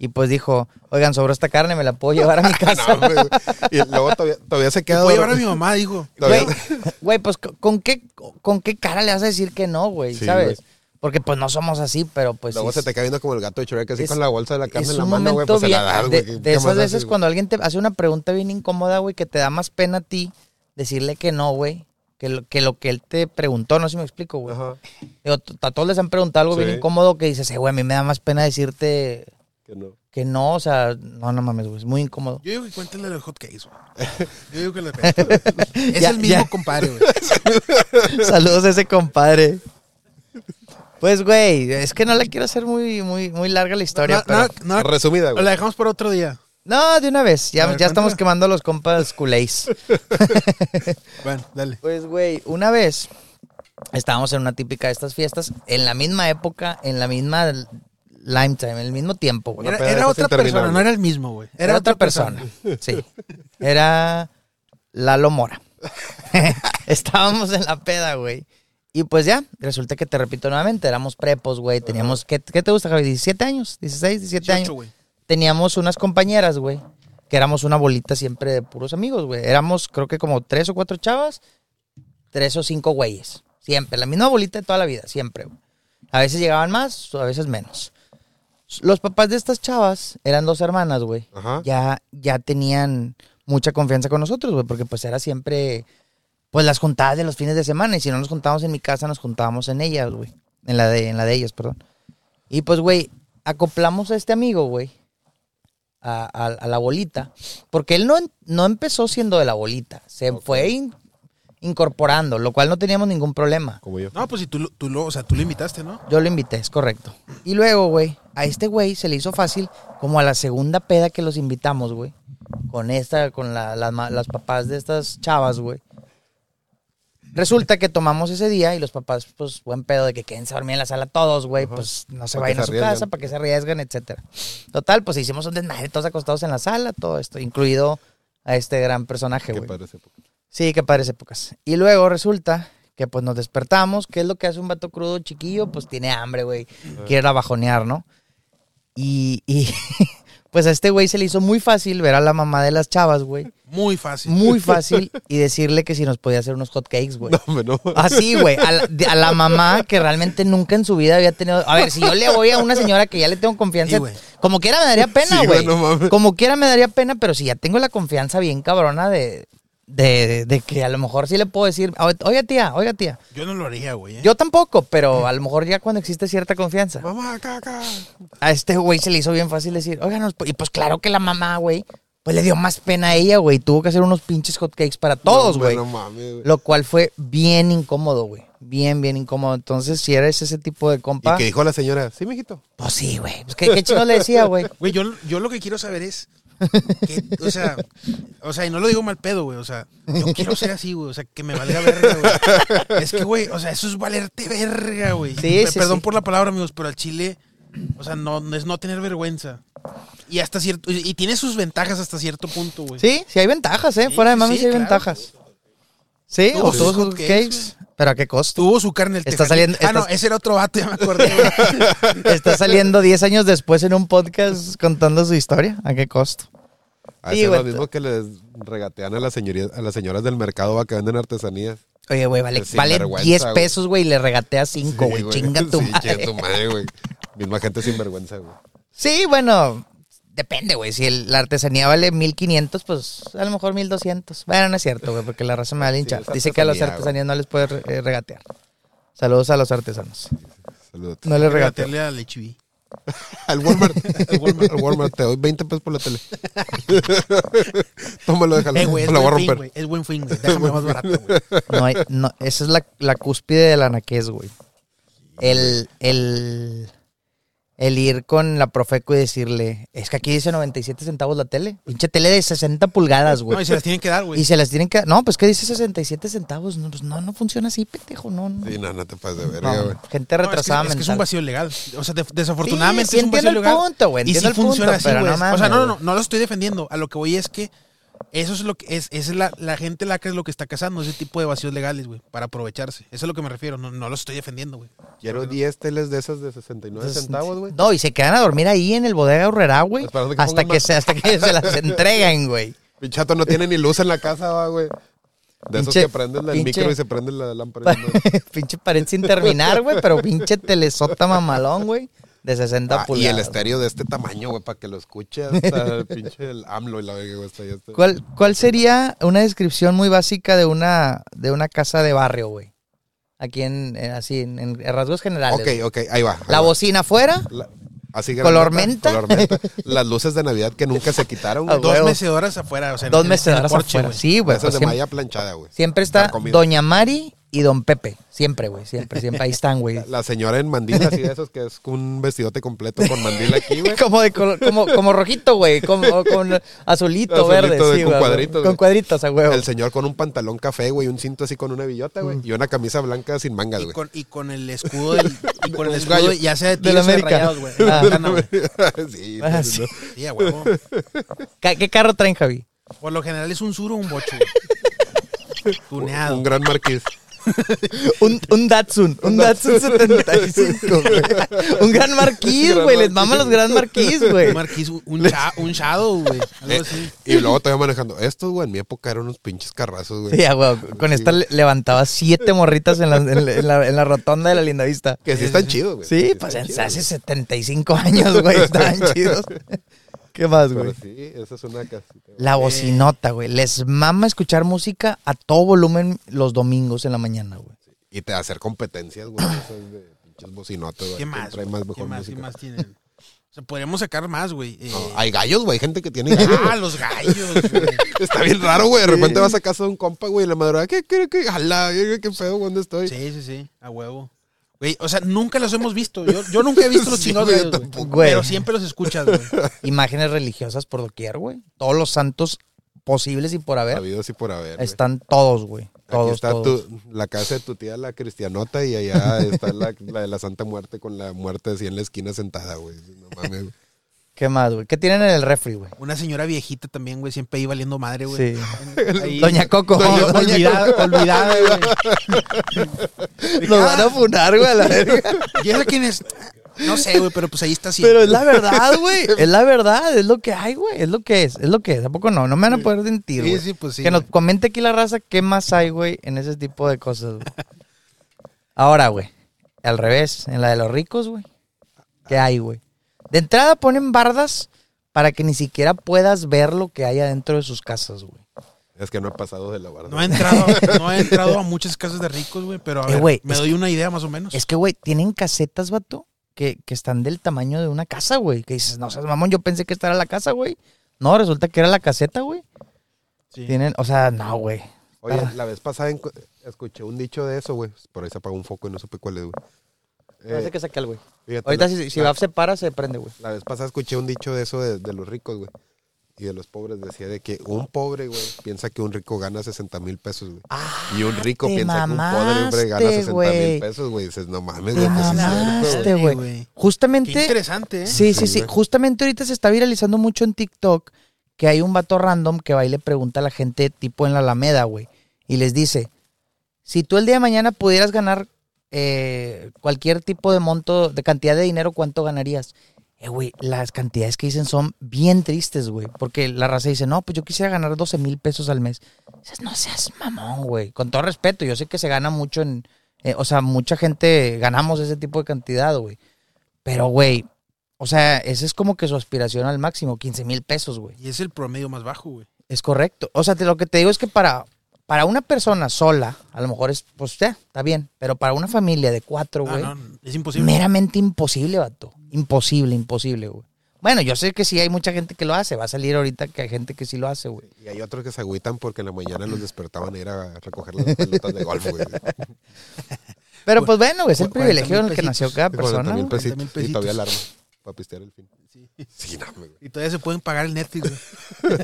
Y pues dijo, oigan, sobró esta carne, me la puedo llevar [laughs] a mi casa. [laughs] No, güey. y luego todavía, todavía se queda. Voy a llevar a dormido. mi mamá, dijo. Güey, Todavía- güey, pues co- ¿con qué, ¿con qué cara le vas a decir que no, güey? Sí, ¿Sabes? güey. Porque pues no somos así, pero pues... [laughs] luego sí, se te cae viendo como el gato de Shrek, así Es- con la bolsa de la carne es en la un mano, güey. momento Pues se la bien... da, de güey. de ¿Qué- qué más esas veces haces, güey? cuando alguien te hace una pregunta bien incómoda, güey, que te da más pena a ti decirle que no, güey, que lo que, lo que él te preguntó, no sé si me explico, güey. Ajá. Digo, t- a todos les han preguntado algo bien Sí. incómodo que dices, eh, güey, a mí me da más pena decirte Que no. que no, o sea, no, no mames, güey, es muy [laughs] incómodo. Yo digo que cuéntale los hotcakes, güey. Yo digo [laughs] que le Es Ya, el mismo ya. [laughs] compadre, güey. Saludos a ese compadre. Pues, güey, es que no la quiero hacer muy, muy, muy larga la historia, No, pero... no, no, Ah, Resumida, la güey. dejamos para otro día. No, de una vez. Ya, A ver, ya estamos cuéntala. quemando a los compas culés. Bueno, dale. Pues, güey, una vez estábamos en una típica de estas fiestas, en la misma época, en la misma lime time, en el mismo tiempo, güey. Una Era, peda de era esas otra persona, interminables. no era el mismo, güey. Era, otra persona. Sí. Era Lalo Mora. [laughs] Estábamos en la peda, güey. Y pues ya, resulta que te repito nuevamente, éramos prepos, güey. Teníamos, ¿qué, qué te gusta, Javi? ¿17 años? ¿16, 17 años? 18, güey. teníamos unas compañeras, güey, que éramos una bolita siempre de puros amigos, güey. Éramos, creo que como tres o cuatro chavas, tres o cinco güeyes. Siempre, la misma bolita de toda la vida, siempre. güey. A veces llegaban más, a veces menos. Los papás de estas chavas eran dos hermanas, güey. Ajá. Ya, ya tenían mucha confianza con nosotros, güey, porque pues era siempre, pues las juntadas de los fines de semana. Y si no nos juntábamos en mi casa, nos juntábamos en ellas, güey. En la de, en la de ellas, perdón. Y pues, güey, acoplamos a este amigo, güey, a, a- a la bolita. Porque él no, en- no empezó siendo de la bolita. Se Ok. fue in- incorporando, lo cual no teníamos ningún problema. Como yo. No, pues si tú, lo- tú lo, o sea, tú lo invitaste, ¿no? Yo lo invité, es correcto. Y luego, güey, a este güey se le hizo fácil como a la segunda peda que los invitamos, güey. Con esta, con la- la ma- las papás de estas chavas, güey. Resulta que tomamos ese día y los papás, pues, buen pedo de que queden a dormir en la sala todos, güey. Ajá. Pues no se Pa' que vayan se a su arriesguen. casa para que se arriesgan, etcétera. Total, pues hicimos un desmadre, todos acostados en la sala, todo esto, incluido a este gran personaje, Qué güey. padre esa época. Sí, qué padres épocas. Y luego resulta que pues nos despertamos. ¿Qué es lo que hace un vato crudo chiquillo? Pues tiene hambre, güey. Quiere ir a bajonear, ¿no? Y, y, [laughs] pues a este güey se le hizo muy fácil ver a la mamá de las chavas, güey. Muy fácil. Muy fácil. Y decirle que si nos podía hacer unos hotcakes, güey. No, hombre, no. Así, güey, a, la- de- a la mamá que realmente nunca en su vida había tenido. A ver, si yo le voy a una señora que ya le tengo confianza, Sí, güey. como quiera me daría pena, Sí, güey. güey, no mames. como quiera me daría pena, pero si ya tengo la confianza bien cabrona de, de, de que a lo mejor sí le puedo decir, oiga tía, oiga tía. Yo no lo haría, güey. ¿eh? Yo tampoco, pero a lo mejor ya cuando existe cierta confianza. Mamá, acá, acá. A este güey se le hizo bien fácil decir, óiganos, y pues claro que la mamá, güey, pues le dio más pena a ella, güey. Tuvo que hacer unos pinches hotcakes para todos, No, hombre, güey. No mames, güey. Lo cual fue bien incómodo, güey. Bien, bien incómodo. Entonces, si eres ese tipo de compa, Y que dijo la señora, sí, mijito. pues sí, güey. Pues, ¿qué, qué chido le decía, [laughs] güey? Güey, yo, yo lo que quiero saber es. que- o sea, o sea, y no lo digo mal pedo, güey. O sea, yo quiero ser así, güey. O sea, que me valga verga, güey. Es que, güey, o sea, eso es valerte verga, güey. Sí, Pe- sí, Perdón sí. por la palabra, amigos, pero al chile, o sea, no no es no tener vergüenza. Y hasta cierto. Y tiene sus ventajas hasta cierto punto, güey. Sí, sí hay ventajas, ¿eh? Sí, Fuera de sí, mami sí, sí, hay claro. ventajas. Sí, Tuvo o todos sus los hotcakes. cakes. Pero a qué [laughs] costo. Tuvo su carne el Está Tejanín. saliendo- Ah, no, estás- ese era otro vato, ya me acordé. [laughs] güey. Está saliendo 10 años después en un podcast contando su historia. ¿A qué costo? A Sí, hacer güey, lo mismo que les regatean a las, señorías, a las señoras del mercado va que venden artesanías. Oye, güey, vale, Es vale sinvergüenza, 10 güey. pesos, güey, y le regatea 5, Sí, güey. [laughs] Chinga tu Sí, madre. chinga tu madre, güey. Misma gente sin vergüenza, güey. Sí, bueno, depende, güey. Si el- la artesanía vale 1500, pues a lo mejor 1200. Bueno, no es cierto, güey, porque la raza me va a linchar. es Dice que a las artesanía, artesanías no les puede re- eh, regatear. Saludos a los artesanos. Saludos. No les regateo. Regatearle al HB. Al Walmart. Al Walmart, al Walmart, te doy 20 pesos por la tele. [laughs] Tómalo, déjalo. Eh, güey, es la voy a buen fin, romper. güey. Es buen fin, güey. Déjame más barato, güey. No hay, no, esa es la, la cúspide del anaqués, güey. El, el, el ir con la Profeco y decirle, es que aquí dice 97 centavos la tele. Pinche tele de 60 pulgadas, No, [laughs] y güey. se las tienen que dar, güey. Y se las tienen que... No, pues que dice 67 centavos. No, pues, no, no funciona así, pendejo. No, no. Sí, no, no te pases de No, verga, güey. gente No, es que- retrasada es, que, es mental. un vacío legal. O sea, de- Sí, desafortunadamente sí es un vacío entiendo el legal. punto, güey, Y entiendo sí el punto, funciona así, pero güey. no mames, o sea, no, no, no, güey. no lo estoy defendiendo. A lo que voy es que eso es lo que es, es la, la gente la que es lo que está cazando, ese tipo de vacíos legales, güey, para aprovecharse. Eso es a lo que me refiero. No, no lo estoy defendiendo, güey. Quiero 10 teles de esas de 69 Entonces, centavos, güey. No, y se quedan a dormir ahí en el bodega horrera, güey. Esperando que Hasta pongan que, más. se, hasta que se las entreguen, güey. [laughs] Pinchato no tiene ni luz en la casa, va, güey. De esos Pinche- que prenden el pinche- micro y se prende [laughs] la lámpara. ¿no? pinche pared sin terminar, güey, pero pinche telesota mamalón, güey, de 60 Ah, y pulgadas. el estéreo de este tamaño, güey, para que lo escuche hasta el pinche el AMLO y la verga, güey. Está este. ya está. ¿Cuál, ¿Cuál sería una descripción muy básica de una, de una casa de barrio, güey? Aquí en, en- así, en, en rasgos generales. Ok, ok, ahí va. ahí La va. bocina afuera, La- así Color grandota, menta. color menta. Las luces de Navidad que nunca se quitaron, güey. Ah, Dos huevo. mecedoras afuera, o sea, en- dos en- en el mecedoras porche, afuera. güey. Sí, güey. Esas pues, de siempre- malla planchada, güey. Siempre está Para comida. Doña Mari y Don Pepe. Siempre, güey. Siempre, siempre. Ahí están, güey. La señora en mandila, así de esos que es un vestidote completo con mandila [laughs] aquí, güey. Como de color, como, como rojito, güey. Como o con azulito, Azulito, verde. de- sí, con güey, cuadritos, Con güey. cuadritos, a huevo. El señor con un pantalón café, güey, un cinto así con una billota, Mm. güey, y una camisa blanca sin mangas, Y güey. con, y con el escudo del, y con el Un escudo gallo. ya sea de De tigres la o de América. [laughs] rayados, güey. Ah. Gana, güey. [laughs] sí, Ah, no, sí. no. Sí, a huevo. Ca- ¿Qué carro traen, Javi? Por lo general es un suro o un bocho, [laughs] güey. Tuneado. Un gran marqués. Un, un Datsun. Un Datsun 75, [laughs] güey. Un gran marquís, Gran güey. Les Marquis. maman los gran marquís, güey. Un marquís, un, un cha- un shadow, güey. Algo así. Eh, Y luego todavía manejando. Estos, güey, en mi época eran unos pinches carrazos, güey. Sí, ah. a huevo. Con esta le- levantaba siete morritas en la, en la- en la- en la rotonda de la linda vista. Que sí están chidos, güey. Sí, pues están chidos, hace 75 años, güey. Estaban [laughs] chidos. ¿Qué más, güey. güey? Pero sí, esa es una casita. La bocinota, güey. Les mama escuchar música a todo volumen los domingos en la mañana, güey. Y te hacer competencias, güey. Esas de pinches bocinotas, güey. ¿Qué ¿Quién más? Trae güey? más mejor ¿Qué más? ¿Qué música? más tienen? O sea, podríamos sacar más, güey. Eh, No, hay gallos, güey. Hay gente que [laughs] tiene gallos. ah, los gallos, güey. Está bien raro, güey. De repente vas a casa de un compa, güey, en la madrugada. ¿Qué, qué, qué? Jala, qué, qué pedo, güey, ¿dónde estoy? Sí, sí, sí, a huevo. Güey, o sea, nunca los hemos visto. Yo, yo nunca he visto los [laughs] Sí, chingados güey, gallos, yo güey. tampoco. Güey. Pero siempre los escuchas, güey. Imágenes religiosas por doquier, güey. Todos los santos posibles y por haber. Habido así por haber. güey. Están todos, güey. Aquí Todos, está todos. tu- la casa de tu tía, la cristianota, y allá está la, la de la Santa Muerte con la muerte así en la esquina sentada, güey. No mames. güey. ¿Qué más, güey? ¿Qué tienen en el refri, güey? Una señora viejita también, güey, siempre ahí valiendo madre, güey. Sí. [laughs] Ahí- Doña Coco. Olvida- olvidada, olvidada, güey. Nos van a funar, güey, a la verga. ¿Y esa quién es? No sé, güey, pero pues ahí está siempre. Pero es la verdad, güey. Es la verdad. Es lo que hay, güey. Es lo que es. Es lo que es. ¿A poco no? No me van a poder sentir, Sí, güey. sí, pues sí, Que nos güey. comente aquí la raza qué más hay, güey, en ese tipo de cosas, güey. Ahora, güey. Al revés. En la de los ricos, güey. ¿Qué hay, güey? De entrada ponen bardas para que ni siquiera puedas ver lo que hay adentro de sus casas, güey. Es que no ha pasado de la barda. No he entrado, no he entrado a muchas casas de ricos, güey, pero a Eh, ver, güey, me es doy una idea más o menos. Es que, güey, tienen casetas, vato, que, que están del tamaño de una casa, güey. Que dices, no seas mamón, yo pensé que esta era la casa, güey. No, resulta que era la caseta, güey. Sí. Tienen, o sea, no, güey. Oye, Ah. la vez pasada encu- escuché un dicho de eso, güey. Por ahí se apagó un foco y no supe cuál es, güey. Parece Eh, que saque al güey. fíjate, Ahorita la- si, si la- va, se para, se prende, güey. La vez pasada escuché un dicho de eso de, de los ricos, güey. y de los pobres decía de que un pobre, güey, piensa que un rico gana 60 mil pesos, güey. Ah, y un rico te piensa que un pobre hombre gana mamaste, 60 güey. mil pesos, güey. Dices, no mames, Te güey, pues sí es mamaste, cierto, güey. Ah, güey. güey. Qué Justamente interesante, ¿eh? Sí, sí, Sí, sí. güey. Justamente ahorita se está viralizando mucho en TikTok que hay un vato random que va y le pregunta a la gente tipo en la Alameda, güey. Y les dice, si tú el día de mañana pudieras ganar eh, cualquier tipo de monto, de cantidad de dinero, ¿cuánto ganarías? Eh, güey, las cantidades que dicen son bien tristes, güey. Porque la raza dice, no, pues yo quisiera ganar 12 mil pesos al mes. Dices, no seas mamón, güey. Con todo respeto, yo sé que se gana mucho en... eh, o sea, mucha gente ganamos ese tipo de cantidad, güey. Pero, güey, o sea, esa es como que su aspiración al máximo, 15 mil pesos, güey. Y es el promedio más bajo, güey. Es correcto. O sea, te- lo que te digo es que para, para una persona sola, a lo mejor es, pues ya, está bien. Pero para una familia de cuatro, Ah, güey, no, es imposible. meramente imposible, vato. Imposible, imposible, güey. Bueno, yo sé que sí hay mucha gente que lo hace. Va a salir ahorita que hay gente que sí lo hace, güey. Y hay otros que se agüitan porque en la mañana los despertaban a ir a recoger las pelotas de golf, [laughs] güey. Pero pues bueno, güey, es el 40,000 privilegio en el que pesitos. nació cada persona. 40 mil güey. pesitos. 40,000 Y todavía pesitos. alarma para pistear el fin. Sí. Sí, no, güey. Y todavía se pueden pagar el Netflix, [laughs] güey.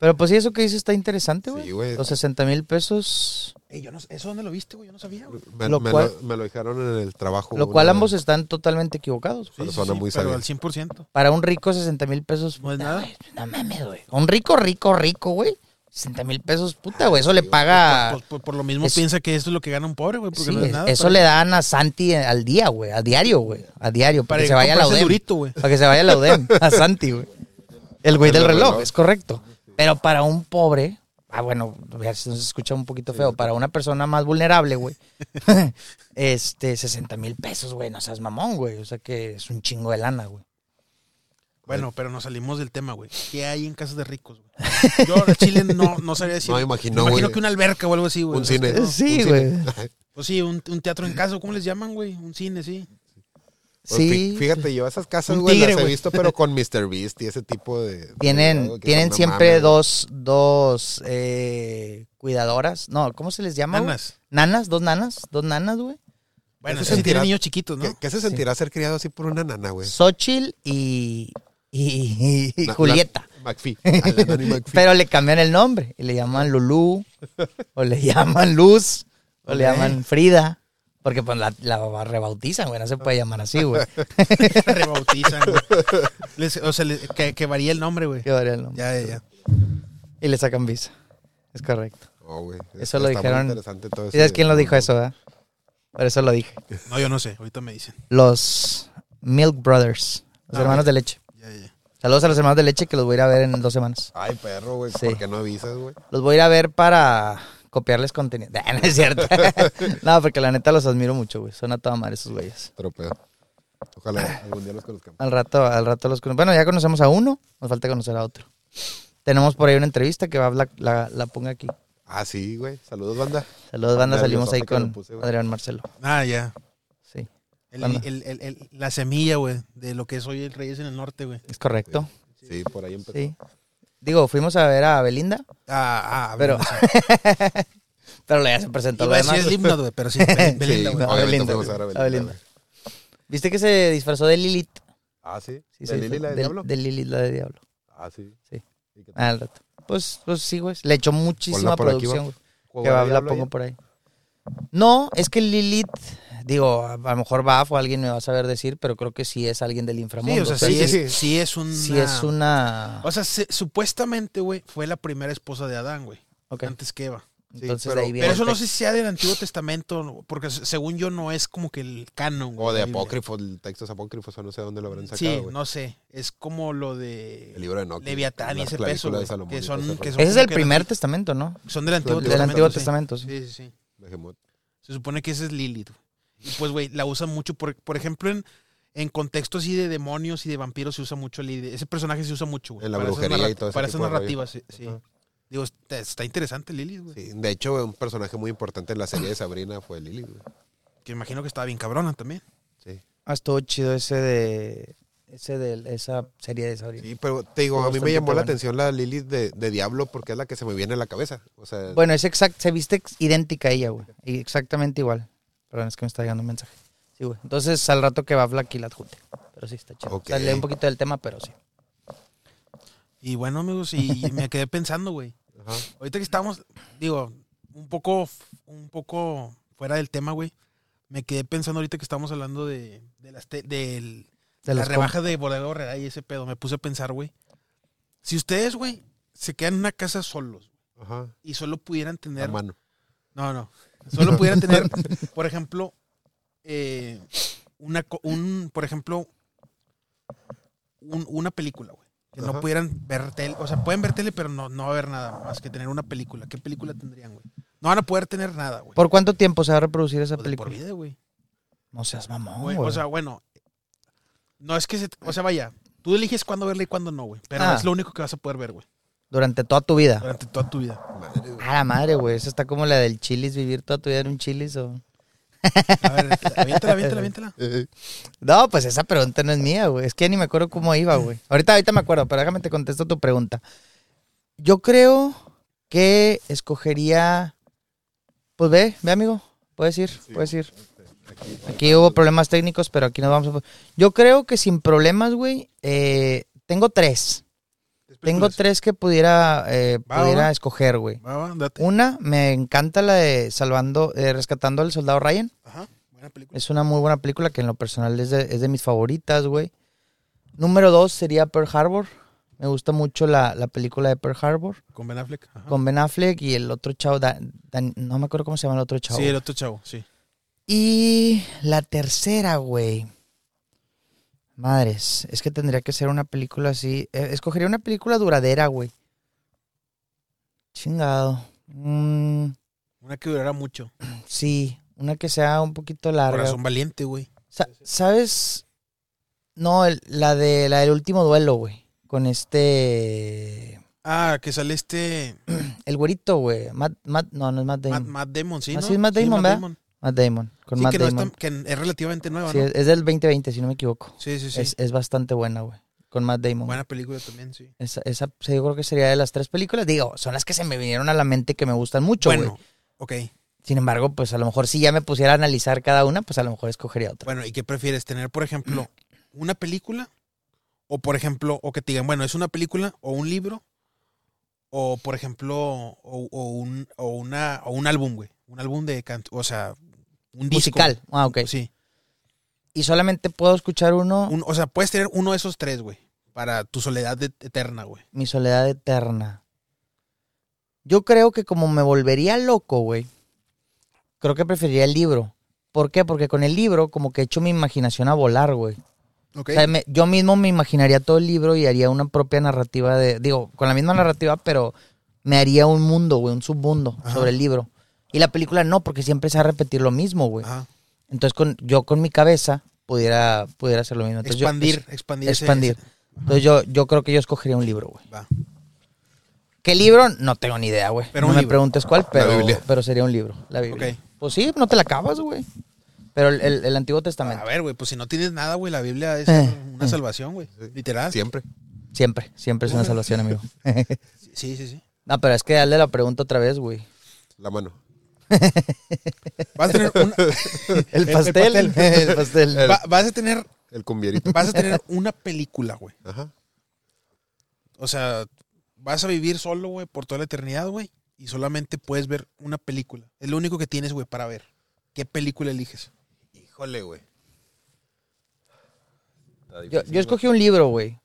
Pero pues sí, eso que dices está interesante, güey. Sí, güey. Los 60 mil pesos. Ey, yo no, ¿Eso dónde lo viste, güey? Yo no sabía, güey. Me Lo lo, me, cual- lo, me lo dijeron en el trabajo. Lo una cual vez. ambos están totalmente equivocados, güey. Pero suena muy pero sabio. al 100%. Para un rico, 60 mil pesos. No es nada. Ay, No mames, güey. Un rico, rico, rico, güey. 60 mil pesos, puta, güey. Eso le paga. Pues, por, por lo mismo Ah, Es- piensa que esto es lo que gana un pobre, güey, porque Sí, no es nada. eso para- le dan a Santi al día, güey. A diario, güey. A diario. Para, para que se vaya a la comprarse UDEM. durito, güey. Para que se vaya a la UDEM. A Santi, güey. El güey El del del reloj, reloj. es correcto. Pero para un pobre. Ah, bueno, ya se nos escucha un poquito feo. Para una persona más vulnerable, güey. [laughs] este, 60 mil pesos, güey. No seas mamón, güey. O sea que es un chingo de lana, güey. Bueno, pero nos salimos del tema, güey. ¿Qué hay en casas de [laughs] ricos, güey? Yo en Chile no, no sabía decir. No me me imagino, imagino güey. que una alberca o algo así, güey. Un O sea, cine. [laughs] no. Sí, Un güey. cine. [laughs] Pues sí, un, un teatro en casa, ¿cómo les llaman, güey? Un cine, sí. Pues fí- Sí. Fíjate, yo esas casas, Un güey, tigre, las he güey. visto, pero con Mr. Beast y ese tipo de. de [laughs] Tienen, cuidado que tienen son, no siempre mames, dos, dos eh, cuidadoras. No, ¿cómo se les llama? güey? Manas. Nanas, dos nanas, dos nanas, güey. Bueno, Eso eso sí sentirá- tiene niños chiquitos, ¿no? ¿Qué, qué se sentirá ser criado así por una nana, pues, güey? Xochitl y, y- y La- la- Julieta. [laughs] McPhee. A la Nani McPhee. Pero le cambian el nombre y le llaman Lulú, o le llaman Luz, o le Ok. llaman Frida. Porque pues la, la rebautizan, güey, no se puede llamar así, [laughs] güey. Rebautizan, güey. [laughs] Les- o sea, les- que, que varía el nombre, güey. Qué varía el nombre. Ya, ya, ya. Y le sacan visa. Es correcto. No, güey. Eso lo está muy dijeron- interesante todo Pues ¿Y ese- ¿Sabes quién lo dijo eso, verdad? Por eso lo dije. No, yo no sé. Ahorita me dicen. Los Milk Brothers, los Ah, hermanos mira. de leche. Ya, ya. Saludos a los hermanos de leche que los voy a ir a ver en dos semanas. Ay, perro, güey. Sí. ¿Por qué no avisas, güey? Los voy a ir a ver para copiarles contenido. [laughs] Nah, no es [laughs] cierto. no, porque la neta los admiro mucho, güey. Son a toda madre esos güeyes. Tropeo. Ojalá algún día los conozcamos. Al rato, al rato los cono- Bueno, ya conocemos a uno, nos falta conocer a otro. Tenemos por ahí una entrevista que va a la, la, la ponga aquí. Ah, sí, güey. Saludos, banda. Saludos, banda. Nervioso, Salimos ahí hasta que lo con puse, güey. Adrián Marcelo. Ah, ya. Sí, El- Anda. el- el- el- la semilla, güey, de lo que es hoy el Reyes en el Norte, güey. es correcto. Sí, pues. por ahí empezó. Sí. Digo, fuimos a ver a Belinda, Ah, ah, pero. bien, [laughs] pero ya se presentó lo Iba a decir demás. Slipknot, güey, [laughs] pero sí, Bel- Belinda, Sí, güey. No, obviamente Belinda, fuimos a ver a güey. A Belinda, Belinda. ¿Viste que se disfrazó de Lilith? Ah, sí. Sí, sí, ¿De Lili, la de del- Diablo? de Lilith, la de Diablo. Ah, sí. Sí. ¿Y qué tal? Al rato. Pues, pues sí, güey. Le echó muchísima Ponla por aquí, producción, güey. ¿Juego Que de va, la Diablo pongo ahí? por ahí. No, es que Lilith, digo, a, a lo mejor Baf o alguien me va a saber decir, pero creo que sí es alguien del inframundo. Sí, o sea, sí, sí, es, sí. sí es una... sí es una... O sea, se- supuestamente, güey, fue la primera esposa de Adán, güey. Ok, Antes que Eva. Entonces pero- de ahí viene Pero eso el no texto. sé si sea del Antiguo Testamento, no, porque se- según yo no es como que el canon, güey, O de la Biblia. apócrifos, textos apócrifos, o no sé dónde lo habrán Sí, sacado, güey. no sé. Es como lo de El libro de Enoch. Leviatán y las ese clavículas peso, de güey, Salomón y que todo ese son, que rollo. son Ese es como el que primer testamento, ¿no? Son del Antiguo Del Antiguo sí. Testamento, sí. Sí, sí, sí. Behemoth. Se supone que ese es Lilith. güey. Y pues, güey, la usan mucho. Por, por ejemplo, en, en contextos así de demonios y de vampiros se usa mucho Lilith. Ese personaje se usa mucho, güey. En la para esas brujería y narrat- todo ese Para tipo esas de rollo. narrativas, sí. sí. Ajá. Digo, está, está interesante Lilith, güey. Sí, de hecho, un personaje muy importante en la serie de Sabrina fue Lily, güey. Que imagino que estaba bien cabrona también. Sí. Ah, estuvo chido ese de... Ese de esa serie de Sabrina. Sí, pero te digo, a mí Bastante me llamó la buena. atención la Lily de, de Diablo porque es la que se me viene a la cabeza. O sea, Bueno, es exact, se viste ex- idéntica a ella, güey. Y Exactamente igual. Perdón, es que me está llegando un mensaje. Sí, güey. Entonces, al rato que va Black y la adjunte. Pero sí, está chido. Ok. Sale un poquito del tema, pero sí. Y bueno, amigos, y y me quedé pensando, güey. Ajá. Ahorita que estamos, digo, un poco, un poco fuera del tema, güey. Me quedé pensando ahorita que estamos hablando de, de las te- del- Te la las rebaja de Bodega Horrera y ese pedo. Me puse a pensar, güey. Si ustedes, güey, se quedan en una casa solos Ajá. y solo pudieran La tener. mano. No, no. Solo [laughs] pudieran tener, por ejemplo, eh, una, co- un, por ejemplo, un- una película, güey. Que no Ajá. pudieran ver tele. O sea, pueden ver tele, pero no, no va a haber nada más que tener una película. ¿Qué película tendrían, güey? No van a poder tener nada, güey. ¿Por cuánto tiempo se va a reproducir esa Pues de Por película? vida, güey. No seas mamón, Güey, güey. O sea, bueno. No es que se. O sea, vaya. Tú eliges cuándo verla y cuándo no, güey. Pero Ah. es lo único que vas a poder ver, güey. Durante toda tu vida. Durante toda tu vida. Madre, güey. A la madre, güey. Eso está como la del chilis, vivir toda tu vida en un chilis o... A ver, aviéntala, [laughs] aviéntala, aviéntala. Eh, No, pues esa pregunta no es mía, güey. Es que ya ni me acuerdo cómo iba, güey. Ahorita, ahorita me acuerdo, pero déjame te contesto tu pregunta. Yo creo que escogería. Pues ve, ve, amigo. Puedes ir, puedes ir. Aquí hubo problemas técnicos, pero aquí nos vamos a. Yo creo que sin problemas, güey. eh, tengo tres. Tengo tres que pudiera, eh, Va, va, pudiera va. escoger, güey. Va, va, date. Una, me encanta la de salvando, eh, rescatando al soldado Ryan. Ajá. Buena película. Es una muy buena película que en lo personal es de, es de mis favoritas, güey. Número dos sería Pearl Harbor. Me gusta mucho la, la película de Pearl Harbor Con Ben Affleck. Ajá. con Ben Affleck y el otro chavo, Dan- Dan- no me acuerdo cómo se llama el otro chavo. Sí, el otro chavo, sí. Y la tercera, güey. Madres, es que tendría que ser una película así. Eh, escogería una película duradera, güey. Chingado. Mm, Una que durará mucho. sí, una que sea un poquito larga. Corazón valiente, güey. Sa- ¿Sabes? No, el- la de la del último duelo, güey. Con este. Ah, que sale este El güerito, güey. Matt, Matt- no, no es Matt Matt, Damon. Matt, Matt Damon, sí, Ah, ¿no? sí, es Matt Damon, ¿verdad? Damon. Con Sí, Matt que, no es Damon. tan- que es relativamente nueva, Sí, ¿no? es, es del 2020, si no me equivoco. Sí, sí, sí. Es, es bastante buena, güey. Con Matt Damon. Buena película también, sí. Esa, esa sí, yo creo que sería de las tres películas. Digo, son las que se me vinieron a la mente que me gustan mucho, güey. bueno, ok. Sin embargo, pues a lo mejor si ya me pusiera a analizar cada una, pues a lo mejor escogería otra. Bueno, ¿y qué prefieres? ¿Tener, por [clears throat] ejemplo, una película? O, por ejemplo, o que te digan, bueno, ¿es una película o un libro? O, por ejemplo, o, o un, o, una, o un álbum, güey. Un álbum de canto, o sea, un disco. Musical. Ah, ok. Sí. Y solamente puedo escuchar uno. Un- o sea, puedes tener uno de esos tres, güey. Para tu soledad de- eterna, güey. Mi soledad eterna. Yo creo que como me volvería loco, güey, creo que preferiría el libro. ¿Por qué? Porque con el libro como que echo mi imaginación a volar, güey. Ok. O sea, me- yo mismo me imaginaría todo el libro y haría una propia narrativa de, digo, con la misma narrativa, pero me haría un mundo, güey, un submundo Ajá. sobre el libro. Y la película no, porque siempre se va a repetir lo mismo, güey. Ajá. Entonces con, yo con mi cabeza pudiera, pudiera hacer lo mismo. Entonces, yo- expandir, expandir. ese- expandir. Entonces yo, yo creo que yo escogería un libro, güey. ese- va. ¿Qué libro? No tengo ni idea, güey. Pero no un me libro. preguntes cuál, pero, Biblia. pero sería un libro, la Biblia. Ok. Pues sí, no te la acabas, güey. Pero el, el- el Antiguo A Testamento. ver, güey, pues si no tienes nada, güey, la Biblia es Eh, una eh. salvación, güey. Literal. Sí, Siempre. Siempre, siempre [laughs] es una salvación, amigo. [laughs] sí, sí. sí. no, pero es que dale la pregunta otra vez, güey. La mano. Vas a tener una, [laughs] El [laughs] el pastel. El pastel. pastel. va- vas a tener El [laughs] cumbierito. vas a tener una película, güey. Ajá. O sea, vas a vivir solo, güey, por toda la eternidad, güey. Y solamente puedes ver una película. Es lo único que tienes, güey, para ver. ¿Qué película eliges? Híjole, güey. Está Yo, difícil, yo escogí un libro, güey.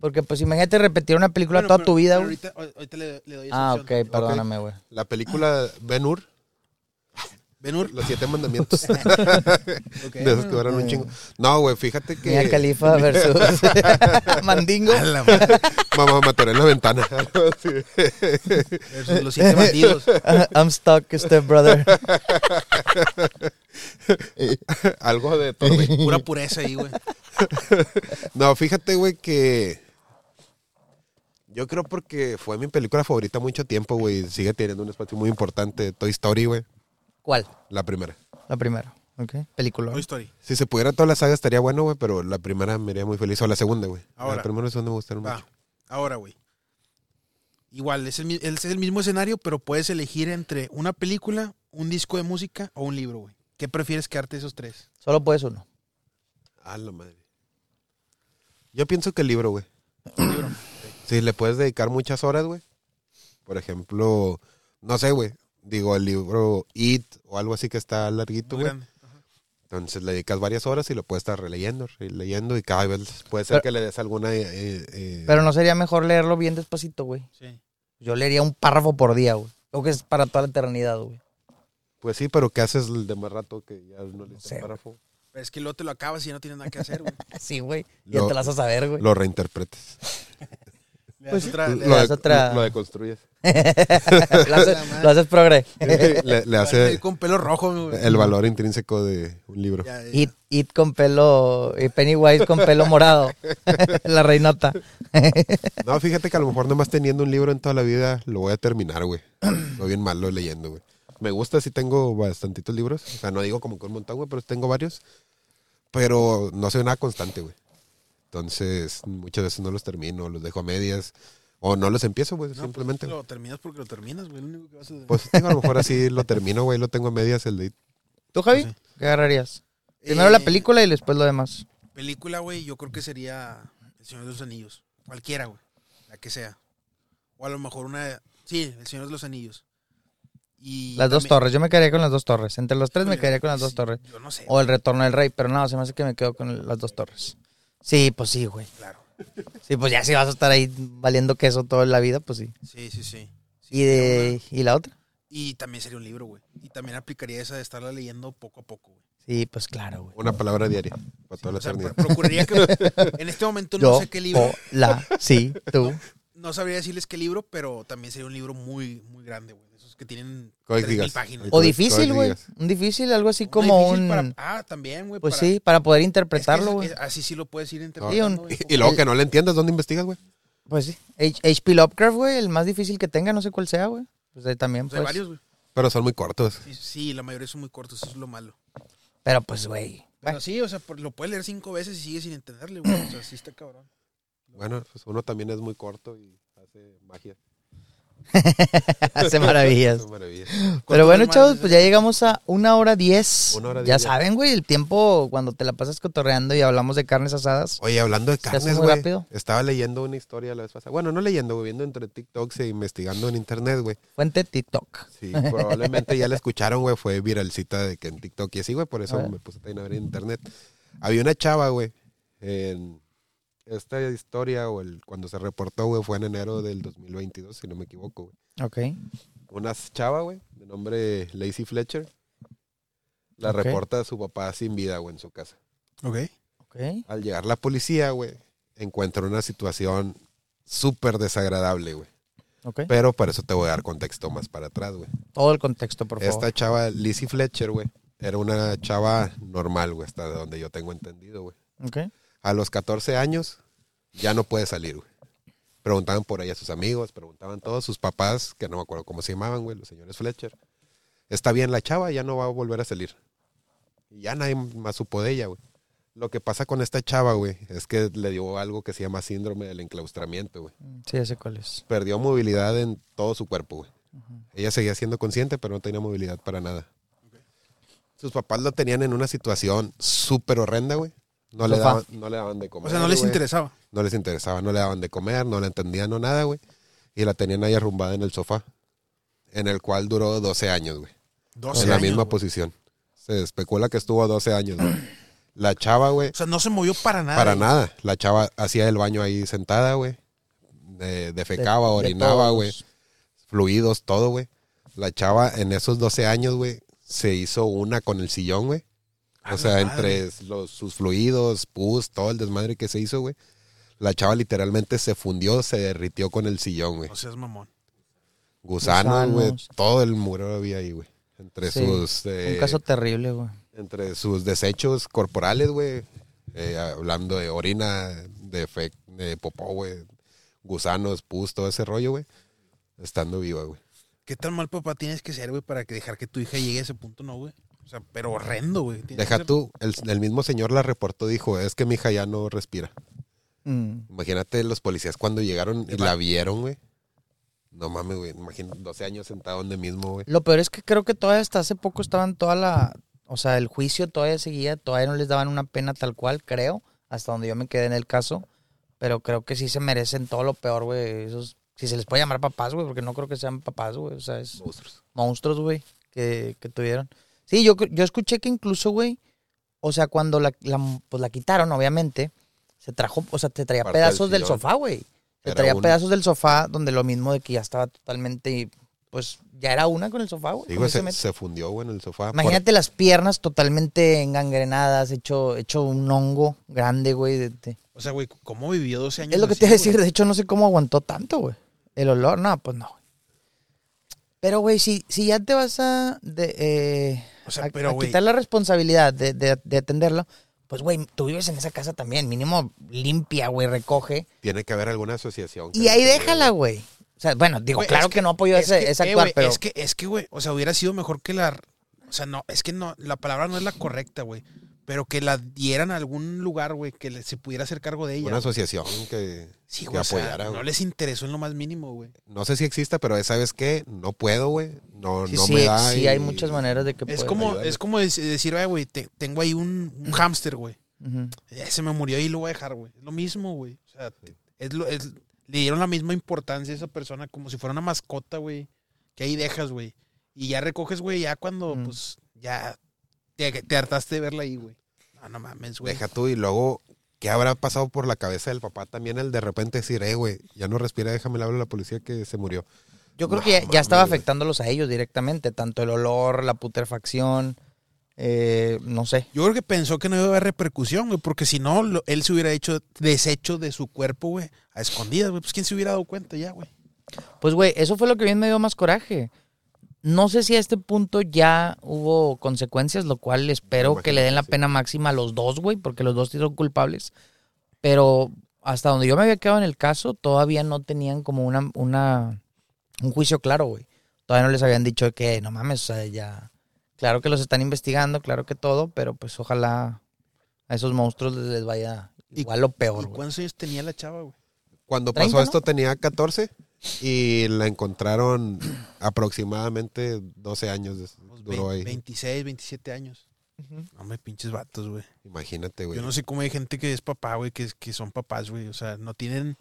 Porque pues imagínate repetir una película Bueno, toda pero- tu vida, pero güey. Ahorita, ahorita le, le doy esa Ah, ok, opción. perdóname, güey. güey. La película Ben Hur, Ben Hur, Los Siete [laughs] Mandamientos. ok. De esos que duran un chingo. No, güey, fíjate que. Mira [laughs] Califa versus Mandingo. A la madre, Mamá, me atoré en la ventana. [laughs] Sí. versus los siete bandidos. [laughs] I'm stuck, step [laughs] brother. Algo de torbe. [laughs] Pura pureza ahí, güey. No, fíjate, güey, que. Yo creo porque fue mi película favorita mucho tiempo, güey. Sigue teniendo un espacio muy importante. Toy Story, güey. ¿Cuál? La primera. La primera. Ok. Película. Toy Story. Si se pudiera toda la saga estaría bueno, güey, pero la primera me haría muy feliz. O la segunda, güey. Ahora. La primera y la segunda me gustaron Va, mucho. ahora, güey. Igual, es el, mi- es el mismo escenario, pero puedes elegir entre una película, un disco de música o un libro, güey. ¿Qué prefieres quedarte de esos tres? Solo puedes uno. A la madre. Yo pienso que el libro, güey. Un libro. Si le puedes dedicar muchas horas, güey. Por ejemplo, no sé, güey. Digo, el libro It o algo así que está larguito, Muy güey. grande. Entonces le dedicas varias horas y lo puedes estar releyendo, releyendo y cada vez puede ser Pero- que le des alguna... eh, eh, Pero no sería mejor leerlo bien despacito, güey. Sí. Yo leería un párrafo por día, güey. Lo que es para toda la eternidad, güey. [laughs] Pues sí, pero ¿qué haces el de más rato que ya no le sé, el párrafo? Pero es que luego te lo acabas y no tienes nada que hacer, güey. Sí, güey. Ya Lo- te las vas a saber, güey. Lo reinterpretes. Le Pues das sí. otra- Ah, le Lo- das- das otra- lo deconstruyes. [laughs] lo, haces, lo haces progre. le, le parece hace con pelo rojo, güey. el valor intrínseco de un libro. Ya, ya. It, It con pelo. y Pennywise con pelo morado. [laughs] la reinota. No, fíjate que a lo mejor nomás teniendo un libro en toda la vida lo voy a terminar, güey. Soy bien malo leyendo, güey. Me gusta, sí tengo bastantitos libros. O sea, no digo como que un montón, güey, pero tengo varios. Pero no soy nada constante, güey. Entonces, muchas veces no los termino, los dejo a medias. O no los empiezo, güey, No, simplemente. pues, Lo terminas porque lo terminas, güey. Lo único que vas a Pues tengo a lo mejor así lo termino, güey, lo tengo a medias el de... ¿Tú, Javi? Sí. ¿Qué agarrarías? Primero la Eh, película y después lo demás. Película, güey, yo creo que sería El Señor de los Anillos. Cualquiera, güey. La que sea. O a lo mejor una. Sí, El Señor de los Anillos. Y Las dos también- torres. Yo me quedaría con las dos torres. Entre los tres me Híjole, quedaría con las sí, dos torres. Yo no sé. O el retorno del rey, pero no, se me hace que me quedo con las dos torres. Sí, pues sí, güey. Claro. Sí, pues ya si vas a estar ahí valiendo queso toda la vida, pues sí. Sí, sí, sí. Sí, ¿Y, sería una- de, ¿y la otra? Y también sería un libro, güey. Y también aplicaría esa de estarla leyendo poco a poco, güey. Sí, pues claro, güey. Una palabra diaria, para toda la O sea, eternidad. pro- procuraría que. En este momento no sé qué libro. o la, sí, [laughs] tú. No sabría decirles qué libro, pero también sería un libro muy, muy grande, güey. Esos que tienen ¿Cuál 3.000 digas? páginas. O Todas- difícil, todas güey. ligas. Un difícil, algo así Uno como difícil un... para- ah, también, güey. pues para- sí, para poder Es que interpretarlo, es- güey. es- así sí lo puedes ir Sí, un- interpretando. güey. [laughs] Y luego que no le entiendas, ¿dónde investigas, güey? Pues sí. H- H.P. Lovecraft, güey, el más difícil que tenga, no sé cuál sea, güey. Pues eh, también, O sea, hay pues. varios, güey. Pero son muy cortos. Sí, sí, la mayoría son muy cortos, eso es lo malo. Pero pues, güey. [laughs] Pero sí, o sea, por- lo puedes leer cinco veces y sigue sin entenderle, güey. O sea, sí está cabrón. Bueno, pues uno también es muy corto y hace magia. Hace maravillas. Hace maravillas. Pero ¿Cuánto bueno, más? chavos, pues ya llegamos a una hora diez. Una hora ya diez, ya. saben, güey, el tiempo cuando te la pasas cotorreando y hablamos de carnes asadas. Oye, hablando de Se hace carnes, muy güey. rápido. Estaba leyendo una historia la vez pasada. Bueno, no leyendo, güey, viendo entre TikToks e investigando en internet, güey. Fuente TikTok. [laughs] Sí, probablemente ya la escucharon, güey. Fue viralcita de que en TikTok y así, güey. Por A eso ver. me puse también a ver en internet. Había una chava, güey. En esta historia, o el, cuando se reportó, güey, fue en enero del 2022, si no me equivoco, güey. Ok. una chava, güey, de nombre Lacey Fletcher. La Ok. reporta a su papá sin vida, güey, en su casa. Ok. Ok. Al llegar la policía, güey, encuentra una situación súper desagradable, güey. Ok. Pero para eso te voy a dar contexto más para atrás, güey. Todo el contexto, por favor. Esta chava, Lacey Fletcher, güey, era una chava normal, güey, hasta donde yo tengo entendido, güey. Ok. A los 14 años ya no puede salir, güey. Preguntaban por ella a sus amigos, preguntaban todos sus papás, que no me acuerdo cómo se llamaban, güey, los señores Fletcher. Está bien la chava, ya no va a volver a salir. Y ya nadie más supo de ella, güey. Lo que pasa con esta chava, güey, es que le dio algo que se llama síndrome del enclaustramiento, güey. Sí, ya sé cuál es. Perdió movilidad en todo su cuerpo, güey. Ella seguía siendo consciente, pero no tenía movilidad para nada. Sus papás lo tenían en una situación súper horrenda, güey. No le, Sofá. daban, no le daban de comer. O sea, no les güey. interesaba. No les interesaba, no le daban de comer, no la entendían, no nada, güey. Y la tenían ahí arrumbada en el sofá, en el cual duró 12 años, güey. 12 En la años, misma güey. posición. Se especula que estuvo 12 años, [clears throat] güey. La chava, güey, O sea, no se movió para nada. para güey. nada. La chava hacía el baño ahí sentada, güey. Eh, defecaba, De- de orinaba, todos. güey fluidos, todo, güey. La chava en esos 12 años, güey, se hizo una con el sillón, güey. A O la sea, madre. entre los, sus fluidos, pus, todo el desmadre que se hizo, güey. La chava literalmente se fundió, se derritió con el sillón, güey. No seas mamón. Gusanos, güey. Gusanos. Todo el muro había ahí, güey. Entre Sí, sus... eh, Un caso terrible, güey. entre sus desechos corporales, güey. eh, hablando de orina, de, fe, de popó, güey. Gusanos, pus, todo ese rollo, güey. Estando viva, güey. ¿Qué tan mal papá tienes que ser, güey, para que dejar que tu hija llegue a ese punto, no, güey? O sea, pero horrendo, güey. Tienes que Deja ser- tú, el, el mismo señor la reportó, dijo, es que mi hija ya no respira. Mm. Imagínate los policías cuando llegaron y va- la vieron, güey. No mames, güey, imagínate, 12 años sentado donde mismo, güey. Lo peor es que creo que todavía hasta hace poco estaban toda la... O sea, el juicio todavía seguía, todavía no les daban una pena tal cual, creo, hasta donde yo me quedé en el caso. Pero creo que sí se merecen todo lo peor, güey. Esos, si se les puede llamar papás, güey, porque no creo que sean papás, güey. O sea, es Monstruos. monstruos, güey, que, que tuvieron. Sí, yo, cre- yo escuché que incluso, güey, o sea, cuando la, la- pues la quitaron, obviamente, se trajo, o sea, te traía Parte del pedazos del, sillón. sofá, güey. Te Era traía una. pedazos del sofá donde lo mismo de que ya estaba totalmente, pues ya era una con el sofá, güey. Sí, con güey, ese se, metro. se fundió, güey, en el sofá. Por- Imagínate las piernas totalmente engangrenadas, hecho, hecho un hongo grande, güey. de- de- O sea, güey, ¿cómo vivió 12 años? Es lo que así, te iba a güey? decir, de hecho no sé cómo aguantó tanto, güey. El olor, no, pues no. Pero, güey, si, si ya te vas a, de, eh, O sea, a- pero, a güey. quitar la responsabilidad de, de- de atenderlo, pues, güey, tú vives en esa casa también, mínimo limpia, güey, recoge. Tiene que haber alguna asociación. que Y lo ahí apoye, déjala, güey. O sea, bueno, digo, Güey, claro es que, no apoyo ese, que, ese eh, actuar, güey, pero... Es que, es que, güey, o sea, hubiera sido mejor que la... O sea, no, es que no, la palabra no es la correcta, güey. Pero que la dieran a algún lugar, güey, que le- se pudiera hacer cargo de güey. ella. Una asociación que, sí, que güey, o sea, apoyara, no güey. les interesó en lo más mínimo, güey. No sé si exista, pero ¿sabes qué? No puedo, güey. No, sí, no sí, me da. sí, y- hay muchas maneras de que Es puedas. como, ayudarle. es como dec- decir, "Ay, güey, te- tengo ahí un, un hámster, güey. Ujú. Eh, Se me murió y lo voy a dejar, güey. Es lo mismo, güey. O sea, te- es lo, es- le dieron la misma importancia a esa persona como si fuera una mascota, güey. Que ahí dejas, güey. Y ya recoges, güey, ya cuando, Mm. pues, ya te, te hartaste de verla ahí, güey. No, no mames, güey. Deja tú y luego, ¿qué habrá pasado por la cabeza del papá también el de repente decir, eh, güey, ya no respira, déjame le hablo a la policía que se murió? Yo creo No, que ya, ya mames, estaba güey. afectándolos a ellos directamente, tanto el olor, la putrefacción, eh, no sé. Yo creo que pensó que no iba a haber repercusión, güey, porque si no, lo- él se hubiera hecho desecho de su cuerpo, güey, a escondidas, güey. Pues, ¿quién se hubiera dado cuenta ya, güey? Pues, güey, eso fue lo que bien me dio más coraje. No sé si a este punto ya hubo consecuencias, lo cual espero Pues, imagino que le den que la sí. pena máxima a los dos, güey, porque los dos sí son culpables. Pero hasta donde yo me había quedado en el caso, todavía no tenían como una, una un juicio claro, güey. Todavía no les habían dicho que, no mames, o sea, ya... Claro que los están investigando, claro que todo, pero pues ojalá a esos monstruos les, les vaya Y- igual lo ¿Y peor, güey. cuántos años tenía la chava, güey? Cuando 30, pasó ¿no? esto tenía 14 y la encontraron aproximadamente 12 años. des- Unos Duró Pues vein- ahí. 26, 27 años. No me pinches vatos, güey. Imagínate, güey. Yo no sé cómo hay gente que es papá, güey, que, es- que son papás, güey. O sea, no tienen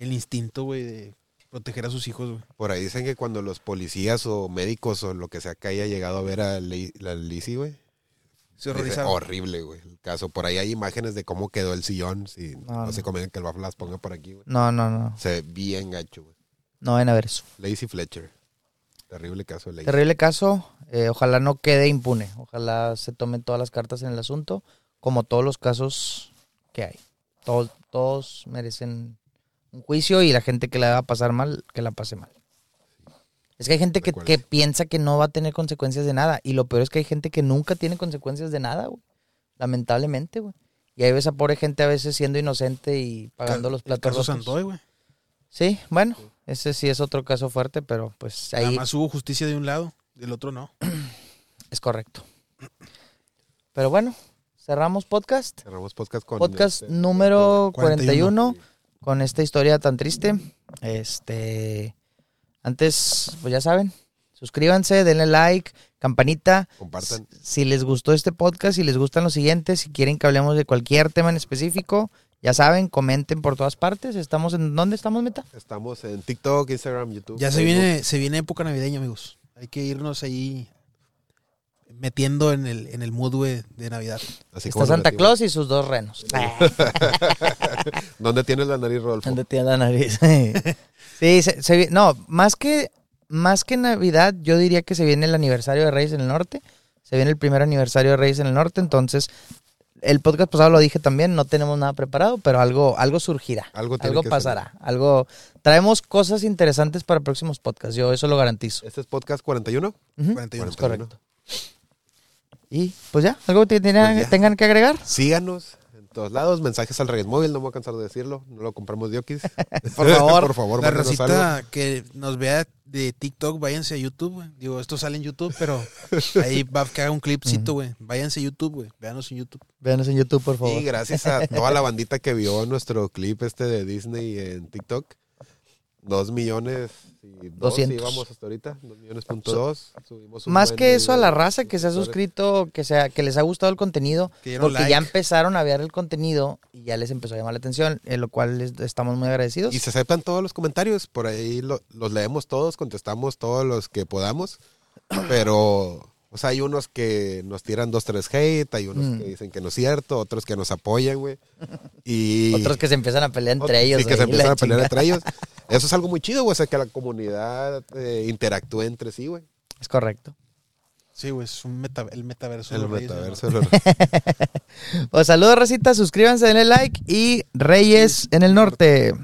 el instinto, güey, de proteger a sus hijos, güey. Por ahí dicen que cuando los policías o médicos o lo que sea que haya llegado a ver a Li- la Lizzie, güey. dice, Se horrorizaron. Horrible, güey. El caso. Por ahí hay imágenes de cómo quedó el sillón. Si No, Ah, no, no. se conviene que el Bafo las ponga por aquí, güey. No, no, no. Se ve bien gacho, güey. No ven a ver eso. Lacey Fletcher. Terrible caso de Lacey. Terrible caso. eh, ojalá no quede impune. Ojalá se tomen todas las cartas en el asunto, como todos los casos que hay. Todos, todos merecen un juicio y la gente que la va a pasar mal, que la pase mal. Es que hay gente que, Recuerda. que piensa que no va a tener consecuencias de nada. Y lo peor es que hay gente que nunca tiene consecuencias de nada, güey. Lamentablemente, güey. Y ahí ves a pobre gente a veces siendo inocente y pagando los El platos caso rotos. Sandoy, güey. Sí, bueno, ese sí es otro caso fuerte, pero pues ahí... Nada más hubo justicia de un lado, del otro no. Es correcto. Pero bueno, cerramos podcast. Cerramos podcast con. Podcast este- número 41. 41. con esta historia tan triste. Este, antes, pues ya saben, suscríbanse, denle like, campanita. Compartan. S- Si les gustó este podcast, si les gustan los siguientes, si quieren que hablemos de cualquier tema en específico, ya saben, comenten por todas partes. Estamos en ¿dónde estamos, Meta? Estamos en TikTok, Instagram, YouTube. Ya se Facebook. viene, se viene época navideña, amigos. Hay que irnos ahí metiendo en el, en el mood, güey, de Navidad. Así Está como Santa relativo. Claus y sus dos renos. ¿Dónde tienes la nariz, Rodolfo? Donde tiene la nariz. [laughs] sí, se, se vi- no, más que, más que Navidad, yo diría que se viene el aniversario de Reyes en el norte. Se viene el primer aniversario de Reyes en el norte. Entonces, el podcast pasado lo dije también, no tenemos nada preparado, pero algo, algo surgirá. Algo tiene Algo que pasará. Algo. Traemos cosas interesantes para próximos podcasts. Yo eso lo garantizo. Este es podcast 41. Ujú, 41. es correcto. Y pues ya, algo que tengan, Pues ya. tengan que agregar. Síganos en todos lados. Mensajes al Reyes Móvil, no me voy a cansar de decirlo. No lo compramos de [laughs] Oquis. [laughs] Por favor. Por favor, La mándenos algo. recita que nos vea de TikTok, váyanse a YouTube, güey. Digo, esto sale en YouTube, pero ahí va a quedar un clipcito, güey. Váyanse a YouTube, güey. Véanos en YouTube. Véanos en YouTube, por favor. Y gracias a toda la bandita que vio nuestro clip este de Disney en TikTok. Dos millones y dos 200. íbamos hasta ahorita. Dos millones punto dos. Subimos un Más buen que eso a de la raza que se ha suscriptores. suscrito, que, sea, que les ha gustado el contenido, Que dieron porque like. ya empezaron a ver el contenido y ya les empezó a llamar la atención, en lo cual les- estamos muy agradecidos. Y se aceptan todos los comentarios. Por ahí lo- los leemos todos, contestamos todos los [clears throat] que podamos. Pero, o sea, hay unos que nos tiran dos, tres hate. Hay unos Mm. que dicen que no es cierto. Otros que nos [laughs] apoyan, güey. Y. Otros que se empiezan a pelear entre Ot- ellos. sí, que se güey, la empiezan a pelear chingada. entre ellos. Eso es algo muy chido, güey. O sea, que la comunidad eh, interactúe entre sí, güey. Es correcto. Sí, güey, es un meta- el metaverso. de El los reyes, metaverso. hermano. de los- Pues saludos, Racita. Suscríbanse, denle like y Reyes en el Norte.